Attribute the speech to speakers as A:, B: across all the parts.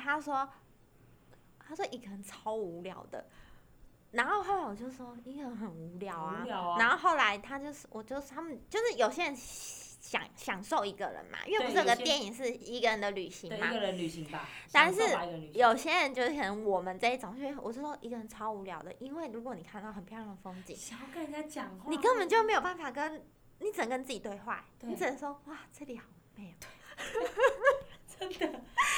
A: 他说，他说一个人超无聊的。然后后来我就说一个人很无聊啊。
B: 无聊啊
A: 然后后来他就是，我就是他们就是有些人享享受一个人嘛，因为
B: 对
A: 不是有个
B: 有些
A: 电影是一个人的旅行
B: 对，
A: 嘛
B: 一。个人旅行吧，
A: 但
B: 享
A: 是
B: 受吧一个人旅行
A: 有些人就是可能我们这一种，就是我是说一个人超无聊的，因为如果你看到很漂亮的风景，
B: 想要跟人家讲话，
A: 你根本就没有办法跟你只能跟自己对话，你
B: 对
A: 只能说哇这里好美哦，
B: 真的，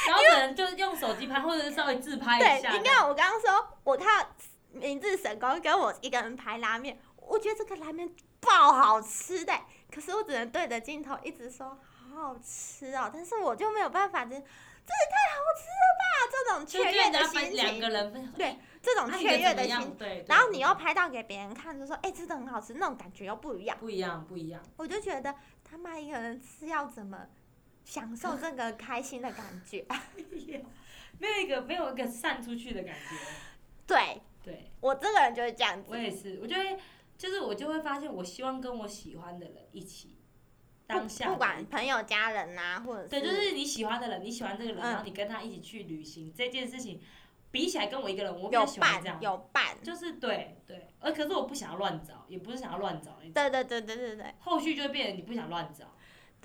B: 然后可能就用手机拍，或者是稍微自拍一下
A: 对，
B: 这
A: 你
B: 样，
A: 看我刚刚说我看到明治神宫跟我一个人排拉面，我觉得这个拉面爆好吃的，可是我只能对着镜头一直说好好吃哦，但是我就没有办法，这这也太好吃了吧，这种
B: 就
A: 雀
B: 跟
A: 跃
B: 人
A: 的
B: 家
A: 心
B: 分两个
A: 情，
B: 人分享，
A: 对这种
B: 啊你
A: 雀跃
B: 怎么
A: 的
B: 样
A: 心。
B: 对，对
A: 然后你
B: 对
A: 又拍到给别人看，就说：“哎、真的很好吃，那种感觉又不一样。
B: 不一样，不一 样，”
A: 我就觉得他妈一个人是要怎么享受这个开心的感觉？
B: 没有一个没有一个散出去的感觉，
A: 对
B: 对
A: 我这个人就是这样子
B: 我，也是，我就会就是我就会发现，我希望跟我喜欢的人一起，当
A: 不
B: 下
A: 不管
B: 的
A: 朋友、家人呐、或者是
B: 对，就是你喜欢的人，你喜欢这个人，
A: 嗯
B: 然后你跟他一起去旅行这件事情，比起来跟我一个人，我比较
A: 有
B: 喜欢这样
A: 伴，有伴，
B: 就是对对，呃，可是我不想要乱找，也不是想要乱找那种，
A: 对对对对对对，
B: 后续就会变成你不想乱找，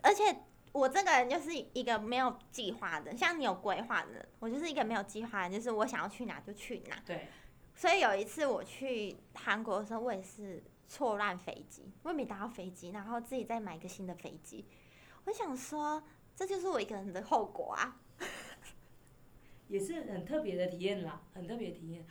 A: 而且。我这个人就是一个没有计划的，像你有规划的，我就是一个没有计划的，就是我想要去哪就去哪。
B: 对，
A: 所以有一次我去韩国的时候，我也是错乱飞机，我也没搭到飞机，然后自己再买一个新的飞机。我想说，这就是我一个人的后果啊！
B: 也是很特别的体验啦，很特别的体验。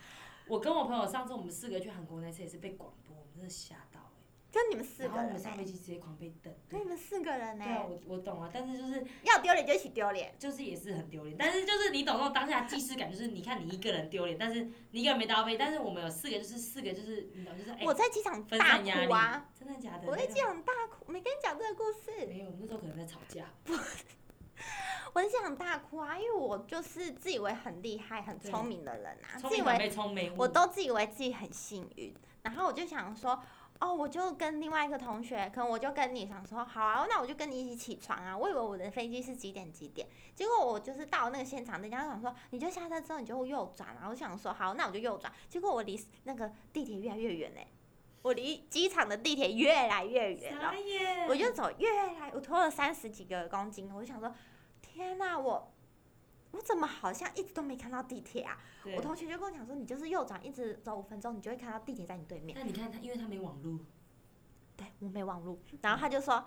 B: 我跟我朋友上次我们四个去韩国那次也是被广播，我们真的吓到哎、
A: 就你们四
B: 然
A: 个
B: 后我
A: 人
B: 们上
A: 欸、
B: 飞机直接狂被瞪。
A: 那
B: 对
A: 你们四个人呢、欸
B: 啊，我我懂啊，但是就是
A: 要丢脸就一起丢脸，
B: 就是也是很丢脸，但是就是你懂那种当下的既视感，就是你看你一个人丢脸，但是你一个人没搭配，但是我们有四个，就是四个就是你懂就是哎、
A: 我在机场
B: 分
A: 大
B: 散压
A: 哭啊！
B: 力，真的假的？
A: 我在
B: 那
A: 机场大哭，没跟你讲这个故
B: 个
A: 事。
B: 没有，我们那时候可能在吵架，
A: 啊我在机场大哭啊，因为我就是自以为很厉害、很
B: 对
A: 聪明的人啊，
B: 聪
A: 自以
B: 明反
A: 为
B: 被聪明误，
A: 我都自以为自己很幸运，然后我就想说，哦，我就跟另外一个同学，可能我就跟你想说，好啊，那我就跟你一起起床啊。我以为我的飞机是几点几点，结果我就是到那个现场，人家想说，你就下车之后你就右转啊，然后我想说，好，那我就右转。结果我离那个地铁越来越远嘞、我离机场的地铁越来越远了
B: 傻。眼，
A: 我就走越来，我拖了三十几个公斤，我就想说，天哪、我我怎么好像一直都没看到地铁啊？
B: 对
A: 我同学就跟我讲说，你就是右转，一直走五分钟，你就会看到地铁在你对面。
B: 但你看他，因为他没网路，
A: 对我没网路，然后他就说，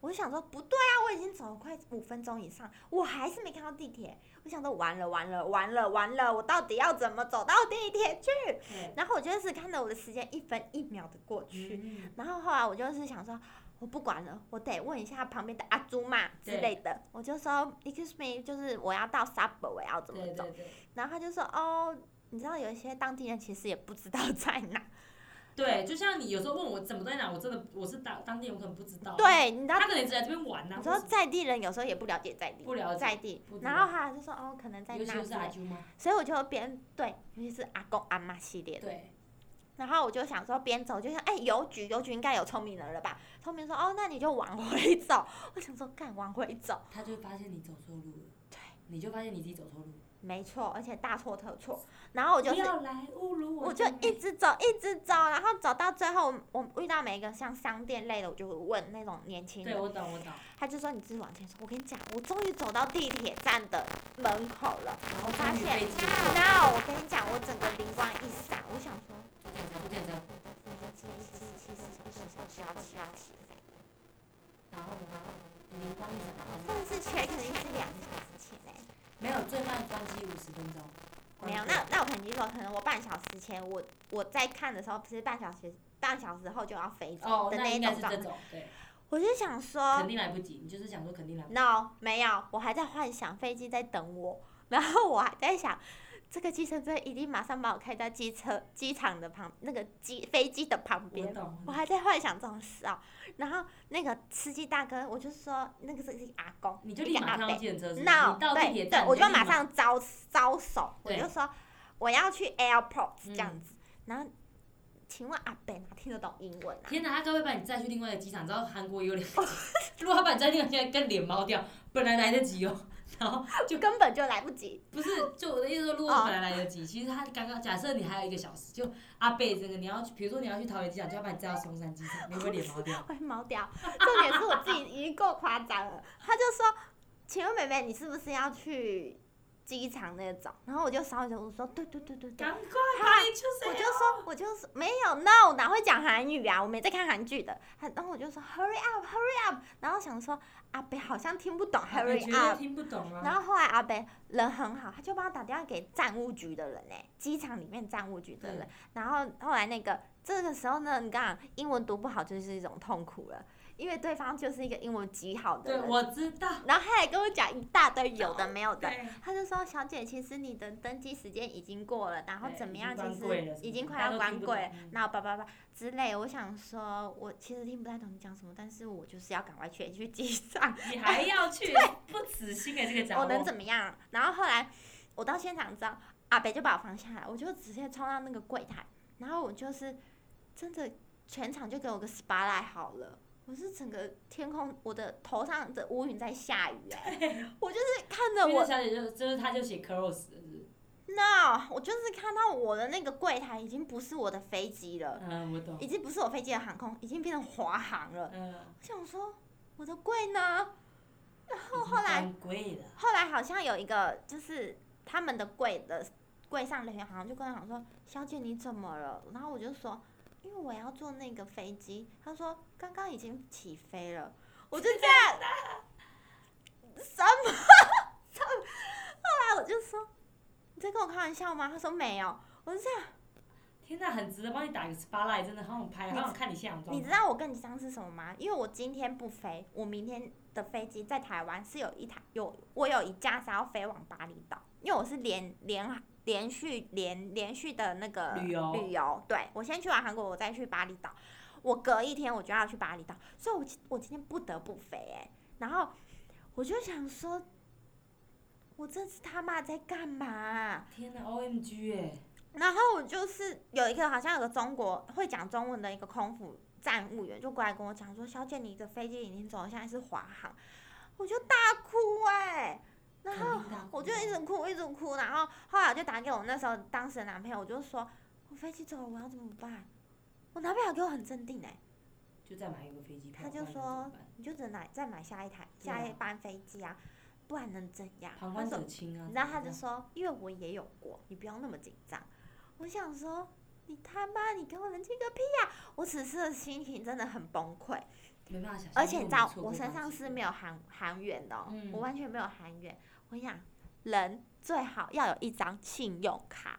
A: 我就想说不对啊，我已经走了快五分钟以上，我还是没看到地铁。我想说完了完了完了完了，我到底要怎么走到地铁去？
B: 对，
A: 然后我就是看着我的时间一分一秒的过去，
B: 嗯
A: 然后后来我就是想说，我不管了，我得问一下旁边的阿朱嘛之
B: 对
A: 类的。我就说，excuse me，就是我要到 subway 啊要怎么
B: 对
A: 走？
B: 对对。
A: 然后他就说，哦，你知道有一些当地人其实也不知道在哪。
B: 对，就像你有时候问我怎么在哪，我真的我是当当地人，我可能不知道。，
A: 对，你知道
B: 哦他，可能只来这边玩呐、
A: 你
B: 啊，
A: 说
B: 或
A: 在地人有时候也不了解在地，
B: 不了解
A: 在地
B: 不。知道
A: 然后他就说，哦，可能在
B: 是
A: 那
B: 尤其
A: 之
B: 是阿
A: 类。
B: 舅吗？
A: 所以我就边对，尤其是阿公阿妈系列的。
B: 对，
A: 然后我就想说边走，就想哎、邮局邮局应该有聪明人了吧？聪明人说，哦，那你就往回走。我想说，干往回走。
B: 他就会发现你走错路了。对，你就发现你自己走错路。
A: 没错，而且大错特错。然后我就
B: 不
A: 是，
B: 要来侮辱我
A: 我
B: 的
A: 就
B: 美。
A: 一直走，一直走，然后走到最后，我遇到每一个像商店类的，我就会问那种年轻
B: 对，
A: 人，
B: 我懂，我懂。
A: 他就说你自己往前走。我跟你讲，我终于走到地铁站的门口了，
B: 然
A: 我
B: 后
A: 发现
B: 飞机就过来
A: ，no，我跟你讲，我整个灵光一闪，我想说，
B: 不见得不见得然后呢，你光一闪，然后呢
A: 上次缺肯定是两个小时前嘞、
B: 没有最慢关机五十分钟。
A: 没
B: 嗯
A: 有，那那我肯定说，可能我半小时前，我我在看的时候，不是半小时，半小时后就要飞走
B: 哦，
A: 的
B: 那
A: 一
B: 应
A: 种
B: 该是
A: 状
B: 这
A: 态。哦
B: 种，对，
A: 我就想说
B: 肯定来不及。你就是想说肯定来不及。
A: ，no，没有，我还在幻想飞机在等我， 然后我还在想，这个计程车一定马上把我开到机车机场的旁，那个机飞机的旁
B: 我
A: 边。
B: 懂。
A: 我还在幻想这种事哦，然后那个司机大哥，我就说那个是是阿公，
B: 你就
A: 一
B: 立
A: 个
B: 马
A: 阿
B: 看
A: 伯
B: 到计程车是不是，
A: no，
B: 你到地
A: 对
B: 铁
A: 对
B: 站，，
A: 我
B: 你
A: 就
B: 立
A: 马
B: 马
A: 上招招手，我
B: 对
A: 就说我要去 airport 这
B: 嗯
A: 样子。然后，请问阿北哪听得懂英文啊？
B: 天哪，他该不会把你 载去另外一个机场？你知道韩国有两个机场，如果他把你载去另外一个，跟脸猫掉，本来来得及哦。 然后就
A: 根本啊 就来不及。
B: 不是，就我的意思说，如果
A: 哦
B: 本来来得及，其实他刚刚假设你还有一个小时，就阿贝这个你要去，比如说你要去桃园机场，就要把你载到松山机场，你会不会脸 毛掉？
A: 会哎毛掉。重点是我自己已经够夸张了。他就说：“请问妹妹，你是不是要去机场那种？”然后我就稍微我说：“对对对对对。
B: 赶”快
A: 啊
B: 把你出
A: 我就说，我就说没有，no，哪会讲韩语啊？我没在看韩剧的。他然后我就说 hurry up，hurry up，然后想说阿北好像听不懂
B: 我觉
A: hurry
B: 得
A: up，
B: 听不懂
A: 然
B: 啊。
A: 后后来阿北人很好，他就帮我打电话给站务局的人嘞、机场里面站务局的
B: 嗯
A: 人。然后后来那个这个时候呢，你刚刚英文读不好就是一种痛苦了，因为对方就是一个英文极好的
B: 对，
A: 人，
B: 我知道。
A: 然后他还跟我讲一大堆有的没有的。
B: 对，
A: 他就说：“小姐，其实你的登记时间已经过了，然后
B: 对
A: 怎
B: 已
A: 么
B: 经
A: 样？
B: 关
A: 其
B: 柜了
A: 实
B: 什
A: 已
B: 么
A: 经
B: 的
A: 快
B: 大
A: 要
B: 家都
A: 关
B: 听不
A: 柜了
B: 懂嗯，
A: 然后叭叭叭之类。”我想说，我其实听不太懂你讲什么，但是我就是要赶快去去机场。
B: 你还要 去，不死心的这个掌握。
A: 我哦能怎么样？然后后来我到现场之后，阿北就把我放下来，我就直接冲到那个柜台，然后我就是真的全场就给我个 SPA 来好了。我是整个天空，我的头上的乌云在下雨哎、我就是看着
B: 因为
A: 我
B: 小姐就就是她就写 close，是不是
A: no，我就是看到我的那个柜台已经不是我的飞机了，
B: 嗯，我懂
A: 已，经不是我飞机的航空，已经变成华航了。
B: 嗯，
A: 我想说我的柜呢？然后后来
B: 很贵了，
A: 后来好像有一个，就是他们的柜的柜上人员好像就跟我讲说：“小姐你怎么了？”然后我就说：“因为我要坐那个飞机。”他说：“刚刚已经起飞了。”我就这样，什么？后来我就说：“你在跟我开玩笑吗？”他说：“没有。”我就这样，
B: 天哪，很值得帮你打个 spotlight，真的好想拍，好想看你现场状
A: 你知
B: 态。
A: 道我更紧张是什么吗？因为我今天不飞，我明天的飞机在台湾是有一台有我有一架是要飞往巴厘岛，因为我是连连连续连连续的那个
B: 旅游
A: 旅游，对我先去完韩国，我再去巴厘岛，我隔一天我就要去巴厘岛，所以我今我今天不得不飞哎、然后我就想说，我这次他妈在干嘛啊、
B: 天哪，OMG 哎，
A: 然后我就是有一个好像有个中国会讲中文的一个空服站务员就过来跟我讲说：“小姐，你的飞机已经走了，现在是华航。”我就大哭哎、然后
B: 肯定大哭
A: 我就一直哭一直哭，然后后来我就打给我那时候当时的男朋友，我就说：“我飞机走了，我要怎么办？”我男朋友给我很镇定哎、
B: 就再买一个飞机票，
A: 他就
B: 不然能
A: 说
B: 怎么办
A: 你就只买再买下一台
B: 对啊
A: 下一班飞机啊，不然能怎样？
B: 旁
A: 他
B: 观
A: 说
B: 者清啊，
A: 你知道他
B: 怎
A: 就
B: 么
A: 说，因为我也有过，你不要那么紧张。我想说，你他妈，你给我冷静个屁呀、我此时的心情真的很崩溃，
B: 办没办法想象，
A: 而且你知道
B: 因为
A: 我
B: 们
A: 身
B: 错
A: 上
B: 过关
A: 是
B: 系
A: 没有韩韩元的、哦
B: 嗯
A: 我完全没有韩元。我跟你讲，人最好要有一张信用卡，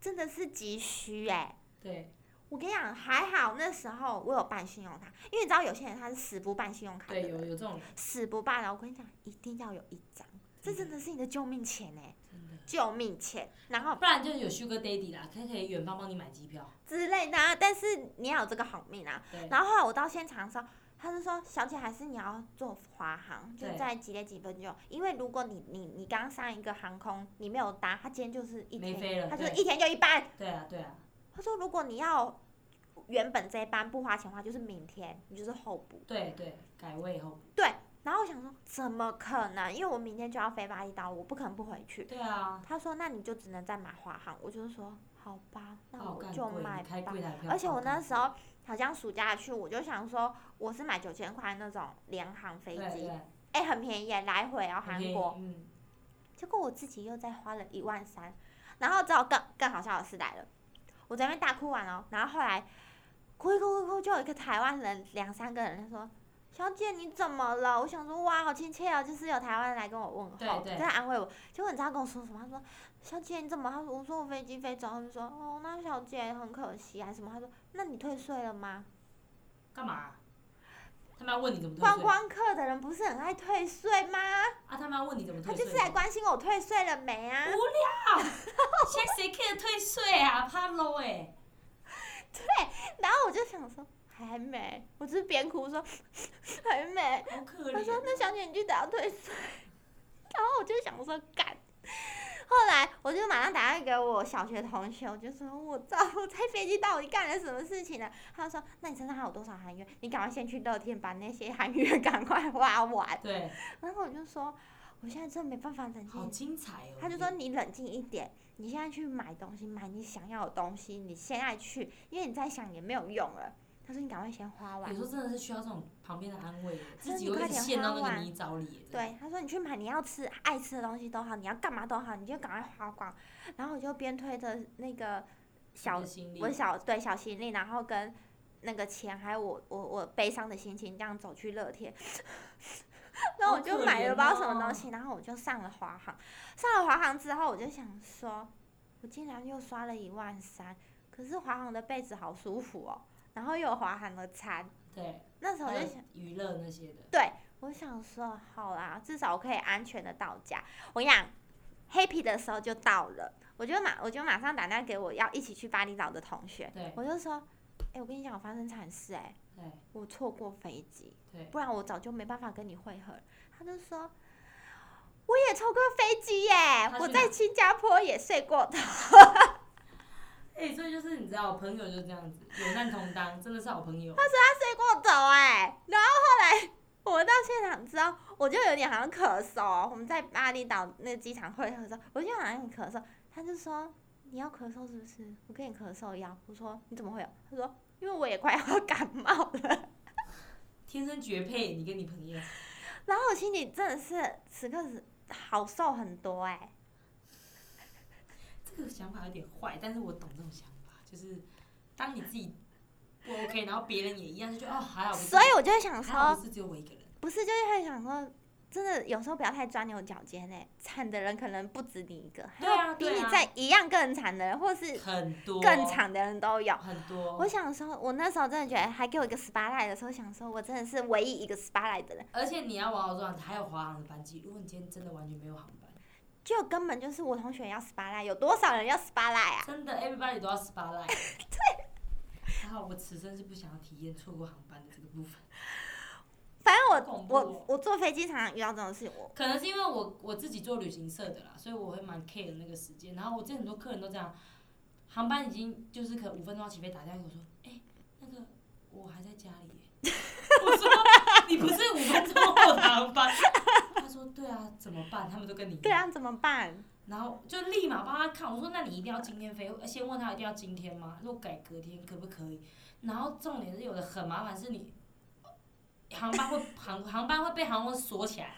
A: 真的是急需哎、
B: 对，
A: 我跟你讲，还好那时候我有办信用卡，因为你知道有些人他是死不办信用卡的
B: 对，有
A: 人，
B: 有这种
A: 死不办的。我跟你讲，一定要有一张，
B: 嗯
A: 这真的是你的救命钱哎、
B: 真的，
A: 救命钱，然后
B: 不然就有 Sugar Daddy 啦，他可以远方帮你买机票，
A: 之类的、啊。但是你要有这个好命啊。
B: 对，
A: 然后后来我到现场的时候，他就说：“小姐，还是你要坐华航，就
B: 对
A: 在几点几分就，因为如果你你你刚上一个航空你没有搭，他今天就是一
B: 没飞了
A: 天，他就是
B: 对
A: 一天就一班。
B: 对啊对啊，
A: 他说如果你要原本这一班不花钱的话，就是明天，你就是候补。
B: 对对，改位后，
A: 然后我想说，怎么可能？因为我明天就要飞巴厘岛，我不可能不回去。
B: 对啊，
A: 他说：“那你就只能再买华航。”我就说：“好吧，那
B: 爆
A: 我
B: 干
A: 就
B: 贵，
A: 买
B: 你开
A: 吧。”
B: 柜台票，
A: 而且我那时候好像暑假去，我就想说我是买九千块那种联航飞
B: 对
A: 机，
B: 对，
A: 哎、很便宜耶，来回哦
B: 很
A: 韩
B: 便宜
A: 国。
B: 嗯，
A: 结果我自己又再花了一万三，然后之后更更好笑的事来了，我在那边大哭完哦，然后后来哭一哭哭一哭，就有一个台湾人两三个人他说。小姐，你怎么了？我想说，哇，好亲切哦，就是有台湾人来跟我问
B: 对
A: 候，
B: 对
A: 在安慰我。结果你知道他跟我说什么？他说：“小姐，你怎么？”他说：“我说我飞机飞走。”他就说：“哦，那小姐很可惜啊，什么？”他说：“那你退税了吗？”
B: 干嘛啊？他们要问你怎么退
A: 观
B: 税
A: 光客的人不是很爱退税吗？
B: 啊？他们要问你怎么
A: 他
B: 退
A: 就是
B: 税？
A: 来关心我退税了没啊。
B: 无聊，现在谁 care 退税啊？怕 low 哎、
A: 然后我就想说还没，我只是边哭说还没。
B: 好可
A: 他说
B: 怜。
A: 那小姐你记得要退税， 然后我就想说干。后来我就马上打电话给我小学同学，我就说我知道我在飞机到底干了什么事情了。他就说那你身上还有多少韩元？ 你赶快先去乐天把那些韩元赶快花完。
B: 对，
A: 然后我就说，我现在真的没办法冷
B: 好
A: 静。
B: 精彩哦！
A: 他就说你冷静一点，你现在去买东西，买你想要的东西，你现在去，因为你再想也没有用了。他说你赶快先花
B: 有
A: 完
B: 时。候真的是需要这种旁边的安慰，
A: 真的
B: 自己
A: 你
B: 有
A: 快
B: 点
A: 点
B: 陷到
A: 花
B: 那个
A: 完
B: 泥沼里耶。真的，
A: 对，他说你去买你要吃、爱吃的东西都好，你要干嘛都好，你就赶快花光。然后我就边推着那个小
B: 你的心力
A: 我小对小行李，然后跟那个钱，还有我我我悲伤的心情，这样走去乐天。 然后我
B: 好
A: 就
B: 可
A: 买了
B: 怜
A: 不知道什么
B: 哦
A: 东西，然后我就上了华航。上了华航之后，我就想说，我竟然又刷了一万三，可是华航的被子好舒服哦，然后又有华航的餐。
B: 对，
A: 那时候我
B: 还
A: 就
B: 有
A: 想，
B: 娱乐那些的，
A: 我想说，好啦，至少我可以安全的到家。我跟你讲，happy 的时候就到了，我就马我就马上打电话给我要一起去巴厘岛的同学，
B: 对
A: 我就说，哎、我跟你讲，我发生惨事、哎，
B: 对
A: 我错过飞机，
B: 对，
A: 不然我早就没办法跟你会合了。他就说，我也错过飞机耶、
B: 他去
A: 我
B: 哪
A: 在新加坡也睡过头。
B: 哎，所以就是你知道，朋友就这样子，有难同当，真的是好朋友。
A: 睡过头哎、然后后来我到现场之后，我就有点好像咳嗽哦、我们在巴厘岛那个机场会合的时候，我就好像很咳嗽。他就说：“你要咳嗽是不是？我给你咳嗽药。”我说：“你怎么会有？”他说：“因为我也快要感冒了。
B: 天生绝配，你跟你朋友，”
A: 然后我心里真的是此刻是好受很多哎、
B: 这个想法有点坏，但是我懂这种想法，就是当你自己不 OK，然后别人也一样，就觉得哦还好不是，
A: 所以我就会想
B: 还好
A: 说，
B: 不是只有我一个人，
A: 不是，就是会想说。真的有时候不要太钻牛角尖嘞、惨的人可能不止你一个，还
B: 对啊
A: 有比
B: 对
A: 你
B: 啊
A: 在一样更惨的人，或是
B: 很多
A: 更惨的人都有。
B: 很多，
A: 我想说，我那时候真的觉得，还给我一个十八赖的时候，想说我真的是唯一一个十八赖的人，
B: 而且你要往好说，还有华航的班机，如果你今天真的完全没有航 班，
A: 就根本就是我同学要十八赖，有多少人要十八赖啊？
B: 真的 everybody 都要 s p o t l i g h 对。还好我此生是不想要体验错过航班的这个部分，
A: 反正
B: 好
A: 我
B: 恐怖哦
A: 我我坐飞机常常遇到这种事情，我
B: 可能是因为我我自己做旅行社的啦，所以我会蛮 care 那个时间。然后我之前很多客人都这样，航班已经就是可能五分钟要起飞，打电话给我说，哎、那个我还在家里耶。我说你不是五分钟后的航班？他说对啊，怎么办？他们都跟你一样
A: 对啊，怎么办？
B: 然后就立马帮他看，我说那你一定要今天飞，先问他一定要今天吗？如果改隔天可不可以？然后重点是有的很麻烦，是你呃航班会航 航班会被航空锁起来，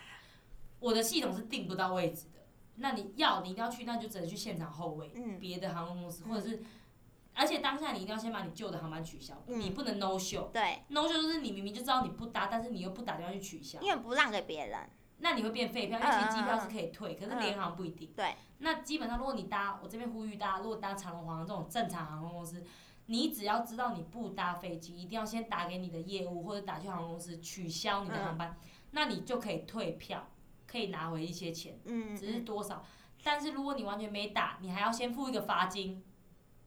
B: 我的系统是订不到位置的。那你要你一定要去，那就只能去现场后位，
A: 嗯
B: 别的航空公司或者是，而且当下你一定要先把你旧的航班取消，
A: 嗯
B: 你不能 no show。
A: 对，
B: no show 就是你明明就知道你不搭，但是你又不打电话去取消。
A: 因为不让给别人，
B: 那你会变废票，
A: 嗯
B: 因为其实机票是可以退，可是联航不一定。
A: 对。
B: 那基本上，如果你搭，我这边呼吁大家，如果搭长龙、华航这种正常航空公司，你只要知道你不搭飞机，一定要先打给你的业务或者打去航空公司取消你的航
A: 嗯
B: 班，那你就可以退票，可以拿回一些钱，
A: 嗯，
B: 只是多少。但是如果你完全没打，你还要先付一个罚金，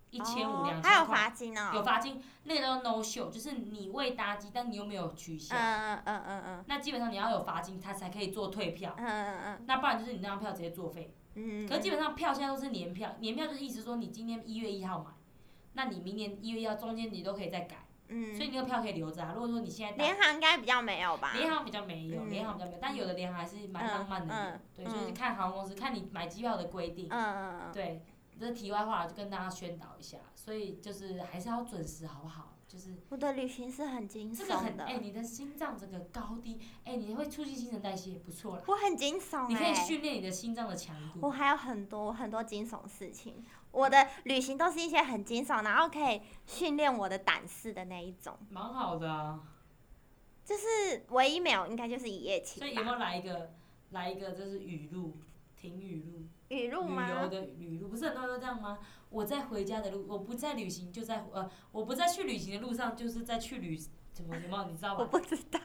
B: 一千五、
A: 哦
B: 两
A: 还有
B: 千块。
A: 罚金哦，
B: 有罚金，那个叫 no show，就是你未搭机，但你又没有取消，
A: 嗯嗯嗯嗯嗯
B: 那基本上你要有罚金，他才可以做退票。
A: 嗯嗯嗯
B: 那不然就是你那张票直接作废。
A: 嗯，
B: 可是基
A: 嗯
B: 本上票现在都是年票，年票就是意思说你今天一月一号买，那你明年一月一号中间你都可以再改，所以
A: 嗯，
B: 你那个票可以留着啊。如果说你现在打
A: 联航应该比较没有吧？
B: 联航比较没有，
A: 嗯
B: 联航比较没有，但有的联航还是蛮浪漫的
A: 嗯，
B: 对，
A: 嗯
B: 就是看航空公司看你买机票的规定
A: 嗯，嗯嗯
B: 对，这是题外话，就跟大家宣导一下，所以就是还是要准时，好不好？就是
A: 嗯，我的旅行是很惊
B: 这个
A: 悚
B: 很
A: 的
B: 哎、，你的心脏整个高低，哎、你会促进新陈代谢，不错啦，
A: 我很惊悚
B: 你可以
A: 哎。
B: 训练你的心脏的强度。
A: 我还有很多很多惊悚事情，我的旅行都是一些很惊悚，然后可以训练我的胆识的那一种。
B: 蛮好的啊，
A: 就是唯一没有，应该就是一夜情
B: 所以有没
A: 吧？
B: 有来一个来一个就是语录，停语录，
A: 语录
B: 旅游
A: 吗？
B: 的语录，不是很多人都这样吗？我在回家的路，我不在旅行，就在呃，我不在去旅行的路上，就是在去旅怎么什么，你知道
A: 我
B: 吧？
A: 不知道，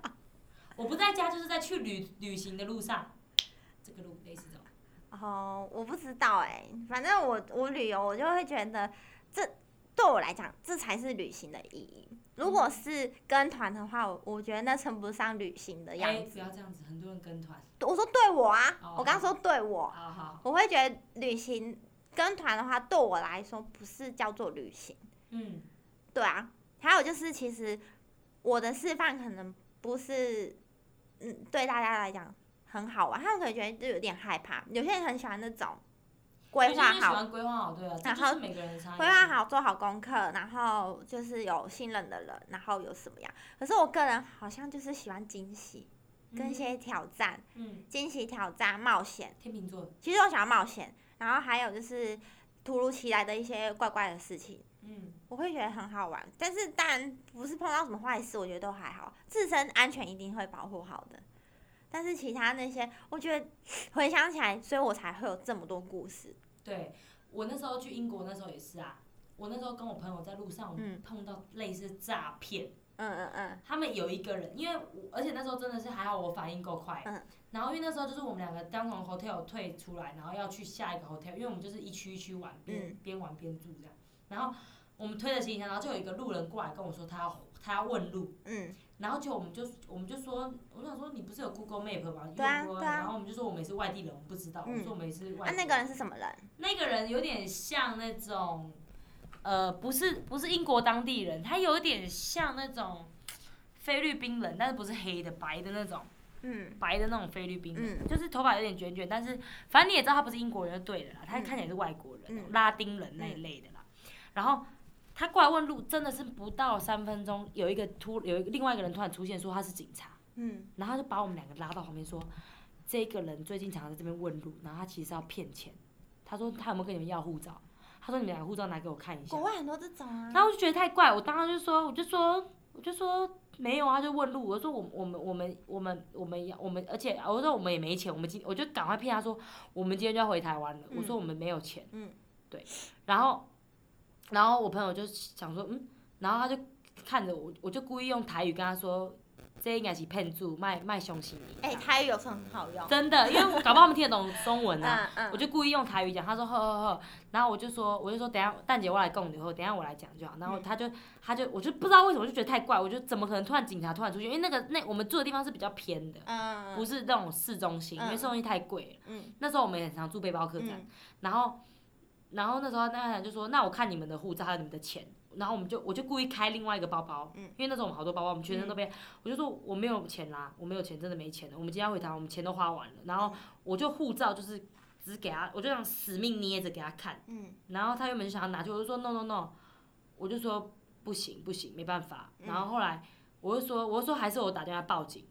B: 我不在家，就是在去旅旅行的路上，这个路类似这种，
A: 哦，我不知道哎、反正我我旅游，我就会觉得这对我来讲，这才是旅行的意义。如
B: 嗯
A: 果是跟团的话，我我觉得那称不上旅行的样
B: 哎，
A: 子。
B: 不要这样子，很多人跟团，
A: 我说对我啊，
B: 哦
A: 我刚说对我，
B: 好好，
A: 我会觉得旅行跟团的话，对我来说不是叫做旅行。
B: 嗯，
A: 对啊，还有就是，其实我的示范可能不是，嗯，对大家来讲很好玩，他们可能觉得就有点害怕，有些人很喜欢那种
B: 有
A: 规
B: 些人
A: 划
B: 喜
A: 好
B: 欢规划好，对啊，这
A: 然
B: 就是
A: 后
B: 每个人的差异。
A: 规划，好，做好功课，然后就是有信任的人，然后有什么样？可是我个人好像就是喜欢惊喜，跟一些挑战、
B: 嗯，
A: 惊喜、挑战、冒险。
B: 天秤座，
A: 其实我想要冒险，然后还有就是突如其来的一些怪怪的事情，
B: 嗯，
A: 我会觉得很好玩。但是当然不是碰到什么坏事，我觉得都还好，自身安全一定会保护好的。但是其他那些，我觉得回想起来，所以我才会有这么多故事。
B: 对我那时候去英国那时候也是啊，我那时候跟我朋友在路上，我们
A: 嗯
B: 碰到类似诈骗。
A: 嗯嗯嗯，
B: 他们有一个人，因为我而且那时候真的是还好，我反应够快。
A: 嗯
B: 然后因为那时候就是我们两个刚从 hotel 退出来，然后要去下一个 hotel，因为我们就是一区一区玩，
A: 嗯
B: 边边玩边住这样。然后我们推着行李箱，然后就有一个路人过来跟我说他要他要问路，
A: 嗯，
B: 然后就我们就我们就说，我想说你不是有 Google Map 吗？
A: 对啊
B: 用 Google
A: 对啊
B: Map，然后我们就说我们也是外地人，我们不知道，
A: 嗯
B: 我们说我们也是外
A: 啊，
B: 地人。
A: 那个人是什么人？
B: 那个人有点像那种，呃，不是不是英国当地人，他有点像那种菲律宾人，但是不是黑的，白的那种，
A: 嗯
B: 白的那种菲律宾人，
A: 嗯
B: 就是头发有点卷卷，但是反正你也知道他不是英国人就对了啦，他看起来是外国人，哦
A: 嗯
B: 拉丁人那一类的啦。然后他过来问路，真的是不到三分钟，有一个突有一个另外一个人突然出现说他是警察，
A: 嗯
B: 然后他就把我们两个拉到旁边说，这个人最近常常在这边问路，然后他其实是要骗钱。他说他有没有跟你们要护照？他说你们两个护照拿给我看一，下
A: 国。外很多这种啊。
B: 然后我就觉得太怪，我当时就说，我就说，我就说没有啊，他就问路。我说我我们我们我们我们要我们，而且我说我们也没钱，我们今我就赶快骗他说我们今天就要回台湾了。我说我们没有钱，
A: 嗯，
B: 对。然后然后我朋友就想说嗯，然后他就看着我，我就故意用台语跟他说，这应该是骗子，卖卖凶心你。
A: 哎、台语有时候很好用。
B: 真的，因为我搞不好他们听得懂中文啊。
A: 嗯嗯，
B: 我就故意用台语讲，他说呵呵呵，然后我就说我就说等一下蛋姐我来供你，后等一下我来讲就好。然后
A: 嗯
B: 他就他就我就不知道为什么我就觉得太怪，我就怎么可能突然警察突然出现？因为那个那我们住的地方是比较偏的，
A: 嗯
B: 不是那种市中心，因为
A: 嗯
B: 市中心太贵了。
A: 嗯
B: 那时候我们也很常住背包客栈，
A: 嗯
B: 然后然后那时候那个人就说那我看你们的护照还有你们的钱，然后我们就我就故意开另外一个包包，
A: 嗯
B: 因为那时候我们好多包包，我们全身都被，我就说我没有钱啦，我没有钱，真的没钱了，我们今天要回台湾，我们钱都花完了，然后我就护照就是只给他，我就想死命捏着给他看，
A: 嗯
B: 然后他原本就想要拿去，我就说 no no no，我就说不行不行，没办法，
A: 嗯
B: 然后后来我就说我就说还是我打电话报警。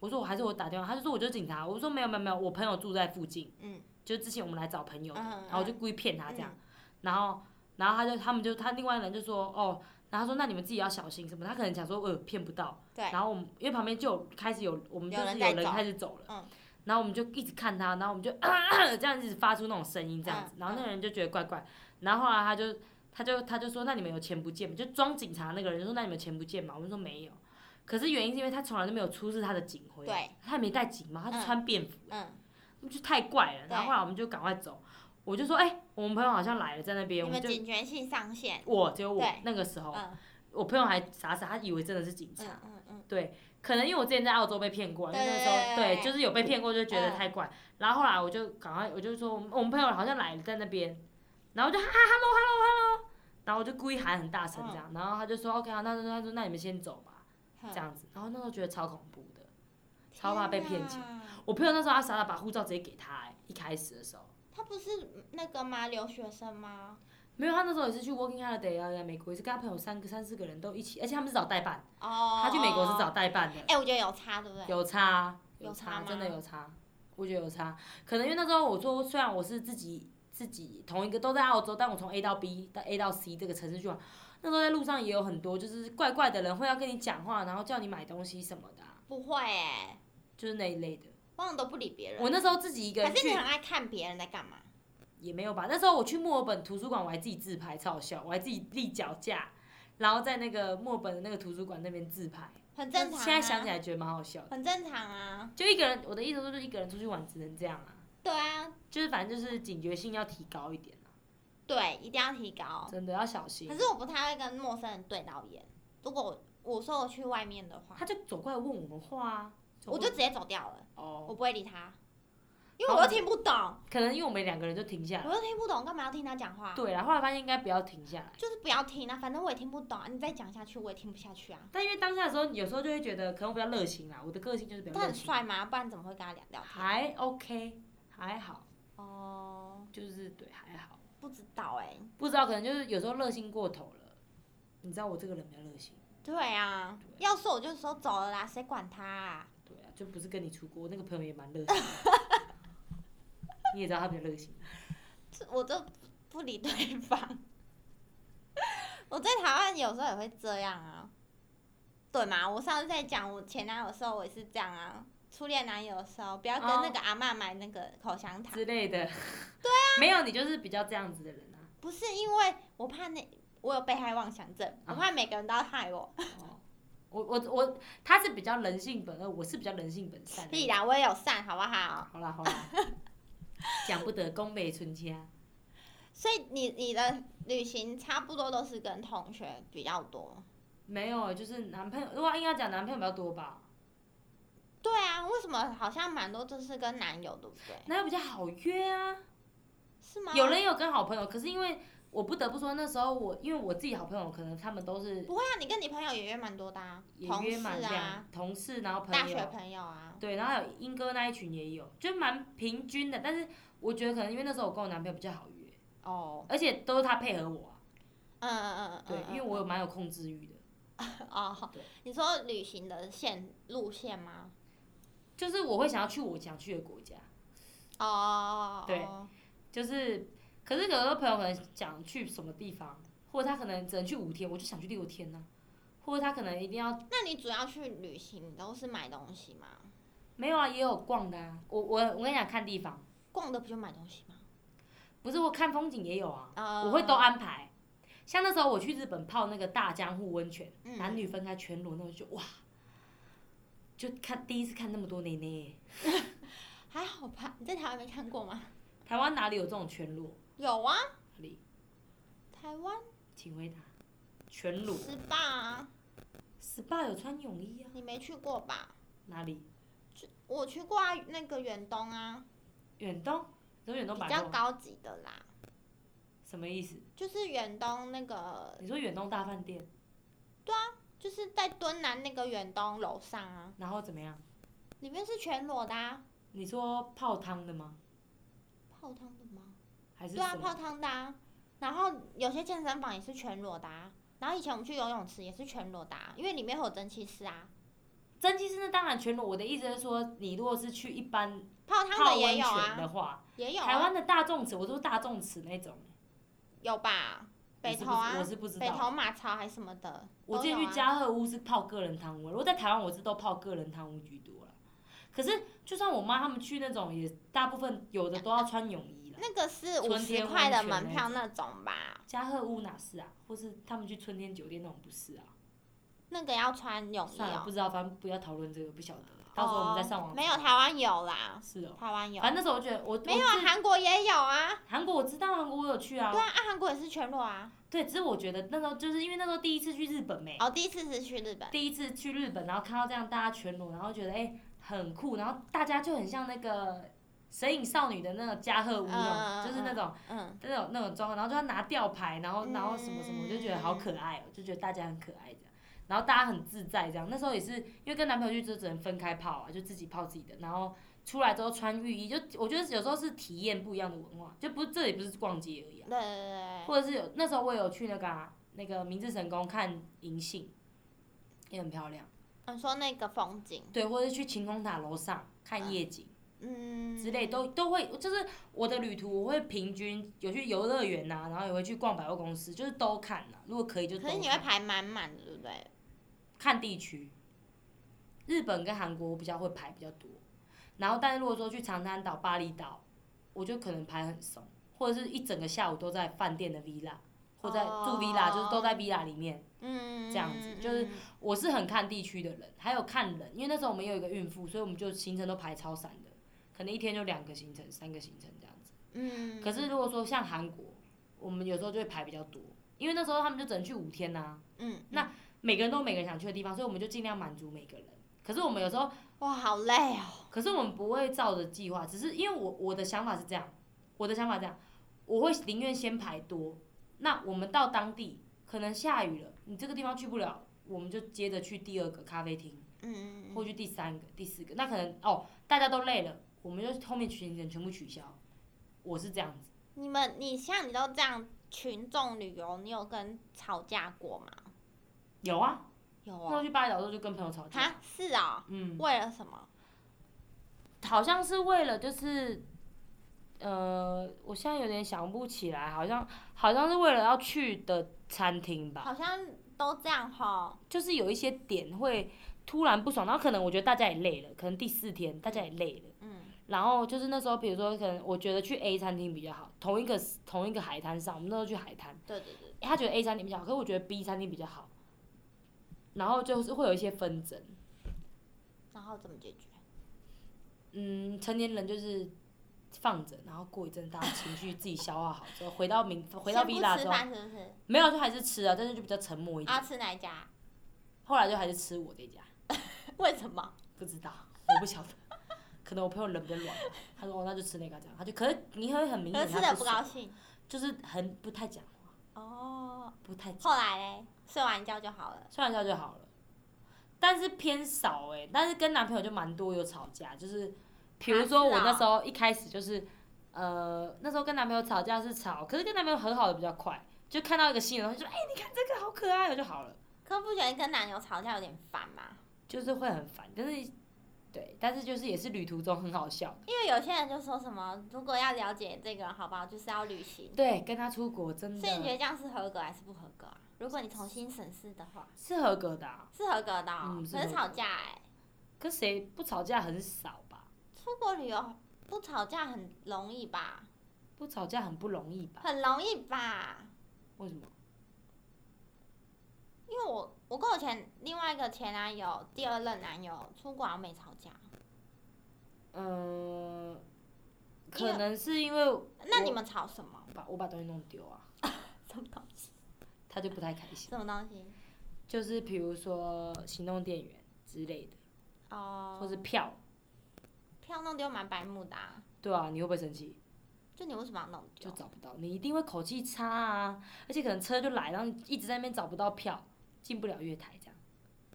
B: 我说我还是我打电话，他就说我就是警察。我说没有没有没有，我朋友住在附近，
A: 嗯
B: 就之前我们来找朋友的，
A: 嗯嗯
B: 然后我就故意骗他这样，然后然后他就他们就他另外一人就说哦，然后他说那你们自己要小心什么，他可能想说呃骗不到，
A: 对
B: 然后我们因为旁边就有开始有我们就
A: 有人
B: 是有
A: 在
B: 人
A: 走
B: 开始走了，
A: 嗯
B: 然后我们就一直看他，然后我们就 这样子发出那种声音这样子，
A: 嗯
B: 然后那个人就觉得怪怪，然后后来他就他就他就说那你们有钱不见吗？就装警察那个人就说那你们有钱不见吗？我们说没有。可是原因是因为他从来都没有出示他的警徽，啊
A: 对，
B: 他也没带警帽，他就
A: 嗯
B: 穿便服，
A: 嗯，
B: 就太怪了。然后
A: 对
B: 后来我们就赶快走，我就说，哎、我们朋友好像来了，在那
A: 你
B: 边，我们
A: 们
B: 就哦
A: 警觉性上线。
B: 我只有我
A: 对
B: 那个时候，
A: 嗯
B: 我朋友还傻傻，他以为真的是警察，
A: 嗯嗯嗯，
B: 可能因为我之前在澳洲被骗过，因为那时候
A: 对
B: 对，就是有被骗过，就觉得
A: 嗯
B: 太怪。然后后来我就赶快，我就说我们我们朋友好像来了，在那边，然后我就哈哈 hello hello hello，然后我就故意喊很大声这样，然后他就说 OK 啊，那那那那那你们先走吧，
A: 嗯
B: 这样子。然后那时候觉得超恐怖的，
A: 天
B: 超怕被骗钱。
A: 哪
B: 我朋友那时候他傻傻把护照直接给他、哎一开始的时候。
A: 他不是那个吗？留学生吗？
B: 没有，他那时候也是去 Working Holiday 啊，来美国也是跟他朋友三个三四个人都一起，而且他们是找代办，
A: 哦，
B: 他去美国是找代办的，
A: 哎、我觉得有差，对不对？
B: 有差，
A: 有差
B: 差，
A: 吗
B: 真的有差，我觉得有差，可能因为那时候我说，虽然我是自己自己同一个都在澳洲，但我从 A 到 B 到 A 到 C 这个城市去玩，那时候在路上也有很多就是怪怪的人会要跟你讲话，然后叫你买东西什么的啊、
A: 不会哎、
B: 就是那一类的。
A: 往往都不理别人。
B: 我那时候自己一个人
A: 可是你
B: 去
A: 很爱看别人在干嘛？
B: 也没有吧。那时候我去墨尔本图书馆，我还自己自拍，超好笑，我还自己立脚架，然后在那个墨尔本的那个图书馆那边自拍。
A: 很正常、啊。
B: 现在想起来觉得蛮好笑的，
A: 很正常啊。
B: 就一个人，我的意思说就是一个人出去玩只能这样啊，
A: 对啊，
B: 就是反正就是警觉性要提高一点啊，
A: 对，一定要提高。
B: 真的要小心
A: 哦可。是我不太会跟陌生人对到眼。如果我我说我去外面的话，
B: 他就走过来问我们话啊，走
A: 我
B: 过
A: 就直接走掉了，
B: 哦，
A: 我不会理他。因为我又听不懂，
B: 可能因为我们两个人就停下来。
A: 我又听不懂，干嘛要听他讲话？
B: 对啦，后来发现应该不要停下来，
A: 就是不要听啊，反正我也听不懂啊，你再讲下去我也听不下去啊。
B: 但因为当下的时候，你有时候就会觉得可能我比较热情啦，我的个性就是比较
A: 他
B: 热
A: 很
B: 情，
A: 帅吗？不然怎么会跟他聊聊天？
B: 还 OK，还好，
A: 哦，
B: 就是对还好，
A: 不知道哎、
B: 不知道可能就是有时候热心过头了，你知道我这个人比较热心，
A: 对啊，要是我就说走了啦，谁管他、啊？
B: 对啊，就不是跟你出国，那个朋友也蛮热心的， 你也知道他比较热心，啊
A: 这我就不理对方。我在台湾有时候也会这样啊，对嘛？我上次在讲我前男友的时候，我也是这样啊。初恋男友的时候，不要跟
B: 哦
A: 那个阿嬷买那个口香糖，
B: 之类的。对啊，没有你就是比较这样子的人啊。
A: 不是因为我怕那我有被害妄想症，我怕每个人都要害我。
B: 哦，我我我，他是比较人性本恶，呃我是比较人性本善的
A: 屁
B: 人。
A: 啦，我也有善，好不好？
B: 好啦好啦，讲不得宫北春家。
A: 所以你你的旅行差不多都是跟同学比较多。
B: 没有，就是男朋友，如果硬要讲男朋友比较多吧，
A: 对啊，为什么好像蛮多都是跟男友，对不对？
B: 男友比较好约啊。
A: 是吗？
B: 有人也有跟好朋友，可是因为我不得不说，那时候我因为我自己好朋友，可能他们都是
A: 不会啊，你跟你朋友也约蛮多的啊，
B: 也
A: 同
B: 约
A: 事
B: 满这
A: 啊，
B: 样，同事然后朋
A: 大
B: 友
A: 学朋友啊，
B: 对，然后还有英哥那一群也有，就蛮平均的。但是我觉得可能因为那时候我跟我男朋友比较好约，
A: 哦，
B: 而且都是他配合我啊。
A: 嗯嗯嗯，
B: 对，
A: 嗯
B: 因为我有蛮有控制欲的，
A: 嗯哦
B: 对，
A: 你说旅行的线路线吗？
B: 就是我会想要去我想去的国家，
A: 哦，
B: 对就是可是有的朋友可能想去什么地方，或者他可能只能去五天，我就想去六天呢、或者他可能一定要
A: 那你主要去旅行，你都是买东西吗？
B: 没有啊，也有逛的啊。我我我跟你讲，看地方
A: 逛的不就买东西吗？
B: 不是我看风景也有啊，
A: 啊
B: 我会都安排。像那时候我去日本泡那个大江户温泉，
A: 嗯
B: 男女分开全裸，那我就哇，就看第一次看那么多内内，
A: 还好吧？你在台湾没看过吗？
B: 台湾哪里有这种全裸？
A: 有啊，
B: 哪里？
A: 台湾
B: 请回答。全裸
A: 是吧？
B: ，SPA 有穿泳衣啊？
A: 你没去过吧？
B: 哪里？
A: 我去过啊，那个远东啊，
B: 远东？什么远东
A: 比
B: 百
A: 较
B: 货？
A: 高级的啦，
B: 什么意思？
A: 就是远东那个，
B: 你说远东大饭店，
A: 就是在敦南那个远东楼上啊。
B: 然后怎么样？
A: 里面是全裸的、啊，
B: 你说泡汤的吗？
A: 泡汤的吗？
B: 还是
A: 对啊，
B: 什么？
A: 泡汤的、啊。然后有些健身房也是全裸的、啊，然后以前我们去游泳池也是全裸的、啊，因为里面会有蒸汽室啊。
B: 蒸汽室那当然全裸。我的意思是说，你如果是去一般
A: 泡汤
B: 泡
A: 的
B: 温
A: 也有
B: 泉
A: 啊，
B: 的话，
A: 也有
B: 台
A: 啊，
B: 湾的大众池，我都是大众池那种。
A: 有吧？北
B: 我是
A: 投
B: 不知
A: 啊
B: 我，是不知
A: 北
B: 道。
A: 投马槽还是什么的，
B: 我
A: 都
B: 之前
A: 有
B: 去
A: 啊
B: 嘉禾屋是泡个人汤屋，如果在台湾我是都泡个人汤屋居多了。可是就算我妈他们去那种，也大部分有的都要穿泳衣了。
A: 啊那个是五
B: 春天
A: 十
B: 温
A: 块的
B: 泉
A: 门
B: 那
A: 票那种吧？
B: 嘉禾屋哪是啊？或是他们去春天酒店那种不是啊？
A: 那个要穿泳衣
B: 算了，
A: 哦。
B: 不知道，反正不要讨论这个，不晓得。到时候我们再上网
A: 哦
B: 查。
A: 没有，台湾有啦，
B: 是哦。
A: 台湾有。
B: 反正那时候我觉得我
A: 没有
B: 我
A: 啊，
B: 自
A: 韩国也有啊。
B: 韩国我知道韩国我有去啊
A: 对，啊，啊韩国也是全裸啊。
B: 对，只是我觉得那时候就是因为那时候第一次去日本没，
A: 哦，第一次是去日本。
B: 第一次去日本，然后看到这样大家全裸，然后觉得哎、很酷，然后大家就很像那个《神隐少女》的那个加贺屋那
A: 嗯嗯嗯
B: 种，就是那种
A: 嗯。
B: 那种那种装，然后就要拿吊牌，然后然后什么什么，我就觉得好可爱哦、就觉得大家很可爱这样，然后大家很自在这样。那时候也是因为跟男朋友去就只能分开泡啊，就自己泡自己的，然后出来之后穿浴衣，就我觉得有时候是体验不一样的文化，就不是这里不是逛街而已啊，
A: 对对对对，
B: 或者是有那时候我有去那个、啊、那个明治神宫看银杏，也很漂亮，
A: 嗯，说那个风景，
B: 对，或者是去晴空塔楼上看夜景。
A: 嗯，
B: 之类都都会，就是我的旅途我会平均有去游乐园呐，然后也会去逛百货公司，就是都看呐、如果可以就都
A: 可是
B: 看
A: 你会排满满的，对不对？
B: 看地区，日本跟韩国我比较会排比较多，然后但是如果说去长滩岛、巴厘岛，我就可能排很松，或者是一整个下午都在饭店的 villa，或在
A: 哦
B: 住 villa，、就是都在 villa 里面。
A: 嗯，
B: 这样子就是我是很看地区的人，还有看人，因为那时候我们有一个孕妇，所以我们就行程都排超散的，可能一天就两个行程、三个行程这样子。
A: 嗯，
B: 可是如果说像韩国，我们有时候就会排比较多，因为那时候他们就只能去五天呐、啊
A: 嗯，
B: 每个人都有每个人想去的地方，所以我们就尽量满足每个人。可是我们有时候，
A: 嗯哇，好累哦。
B: 可是我们不会照着计划，只是因为我我的想法是这样，我的想法这样，我会宁愿先排多。那我们到当地可能下雨了，你这个地方去不了，我们就接着去第二个咖啡厅，
A: 嗯，嗯
B: 或去第三个、第四个。那可能哦，大家都累了，我们就后面行程全部取消。我是这样子，
A: 你们，你像你都这样群众旅游，你有跟吵架过吗？
B: 有啊，
A: 有
B: 那时候
A: 哦。
B: 去巴厘岛的时候就跟朋友吵架，
A: 哈，是哦。
B: 嗯。
A: 为了什么？
B: 好像是为了就是，呃，我现在有点想不起来，好像好像是为了要去的餐厅吧，
A: 好像都这样吼。
B: 就是有一些点会突然不爽，然后可能我觉得大家也累了，可能第四天大家也累了，
A: 嗯
B: 然后就是那时候，比如说可能我觉得去 A 餐厅比较好，同一个同一个海滩上，我们那时候去海滩，
A: 对对对。
B: 他觉得 A 餐厅比较好，可是我觉得 B 餐厅比较好，然后就是会有一些纷争，
A: 然后怎么解决？
B: 嗯，成年人就是放着，然后过一阵大家情绪自己消化好之后，回到明回到
A: 先
B: villa
A: 不吃
B: 之后，
A: 饭是不是？
B: 没有就还是吃啊，但是就比较沉默一点。
A: 啊，吃哪一家？
B: 后来就还是吃我这家，
A: 为什么？
B: 不知道，我不晓得， 可能我朋友人比较软，他说、哦、那就吃那个这样，他就可是你会很明
A: 可
B: 显
A: 是吃的
B: 他
A: 不
B: 不
A: 高
B: 爽，
A: 兴。
B: 就是很不太讲话，
A: 哦。
B: 不太讲，
A: 后来嘞，睡完觉就好了。
B: 笑一笑就好了。但是偏少哎、但是跟男朋友就蛮多有吵架，就是比如说
A: 啊是
B: 我
A: 啊
B: 那时候一开始就是，呃，那时候跟男朋友吵架是吵，可是跟男朋友和好的比较快，就看到一个新的东西就说，哎、你看这个好可爱哦，就好了，
A: 可不觉得跟男友吵架有点烦吗？
B: 就是会很烦，但是对，但是就是也是旅途中很好笑，
A: 因为有些人就说什么，如果要了解这个人好不好，就是要旅行。
B: 对，跟他出国真
A: 所以你觉
B: 的
A: 得这样是合格还是不合格啊？如果你重新审视的话，
B: 是合格的、啊，
A: 是合格的、哦
B: 嗯是
A: 可
B: 合
A: 是
B: 格
A: 吵架哎、
B: 跟谁不吵架很少吧，
A: 出国旅游不吵架很容易吧？
B: 不吵架很不容易吧？
A: 很容易吧？
B: 为什么？
A: 因为我我跟我前另外一个前男友第二任男友出国好像没吵架，
B: 嗯、
A: 因为
B: 可能是因为
A: 那
B: 我
A: 你们吵什 么？
B: 把我把东西弄丢啊，
A: 什么东西？
B: 他就不太开心。
A: 什么东西？
B: 就是比如说行动电源之类的，
A: 哦、
B: 或是票，
A: 票弄丢蛮白目的、啊，
B: 对啊，你会不会生气？
A: 就你为什么要弄丢？
B: 就找不到，你一定会口气差啊，而且可能车就来，然后你一直在那边找不到票，进不了月台这样。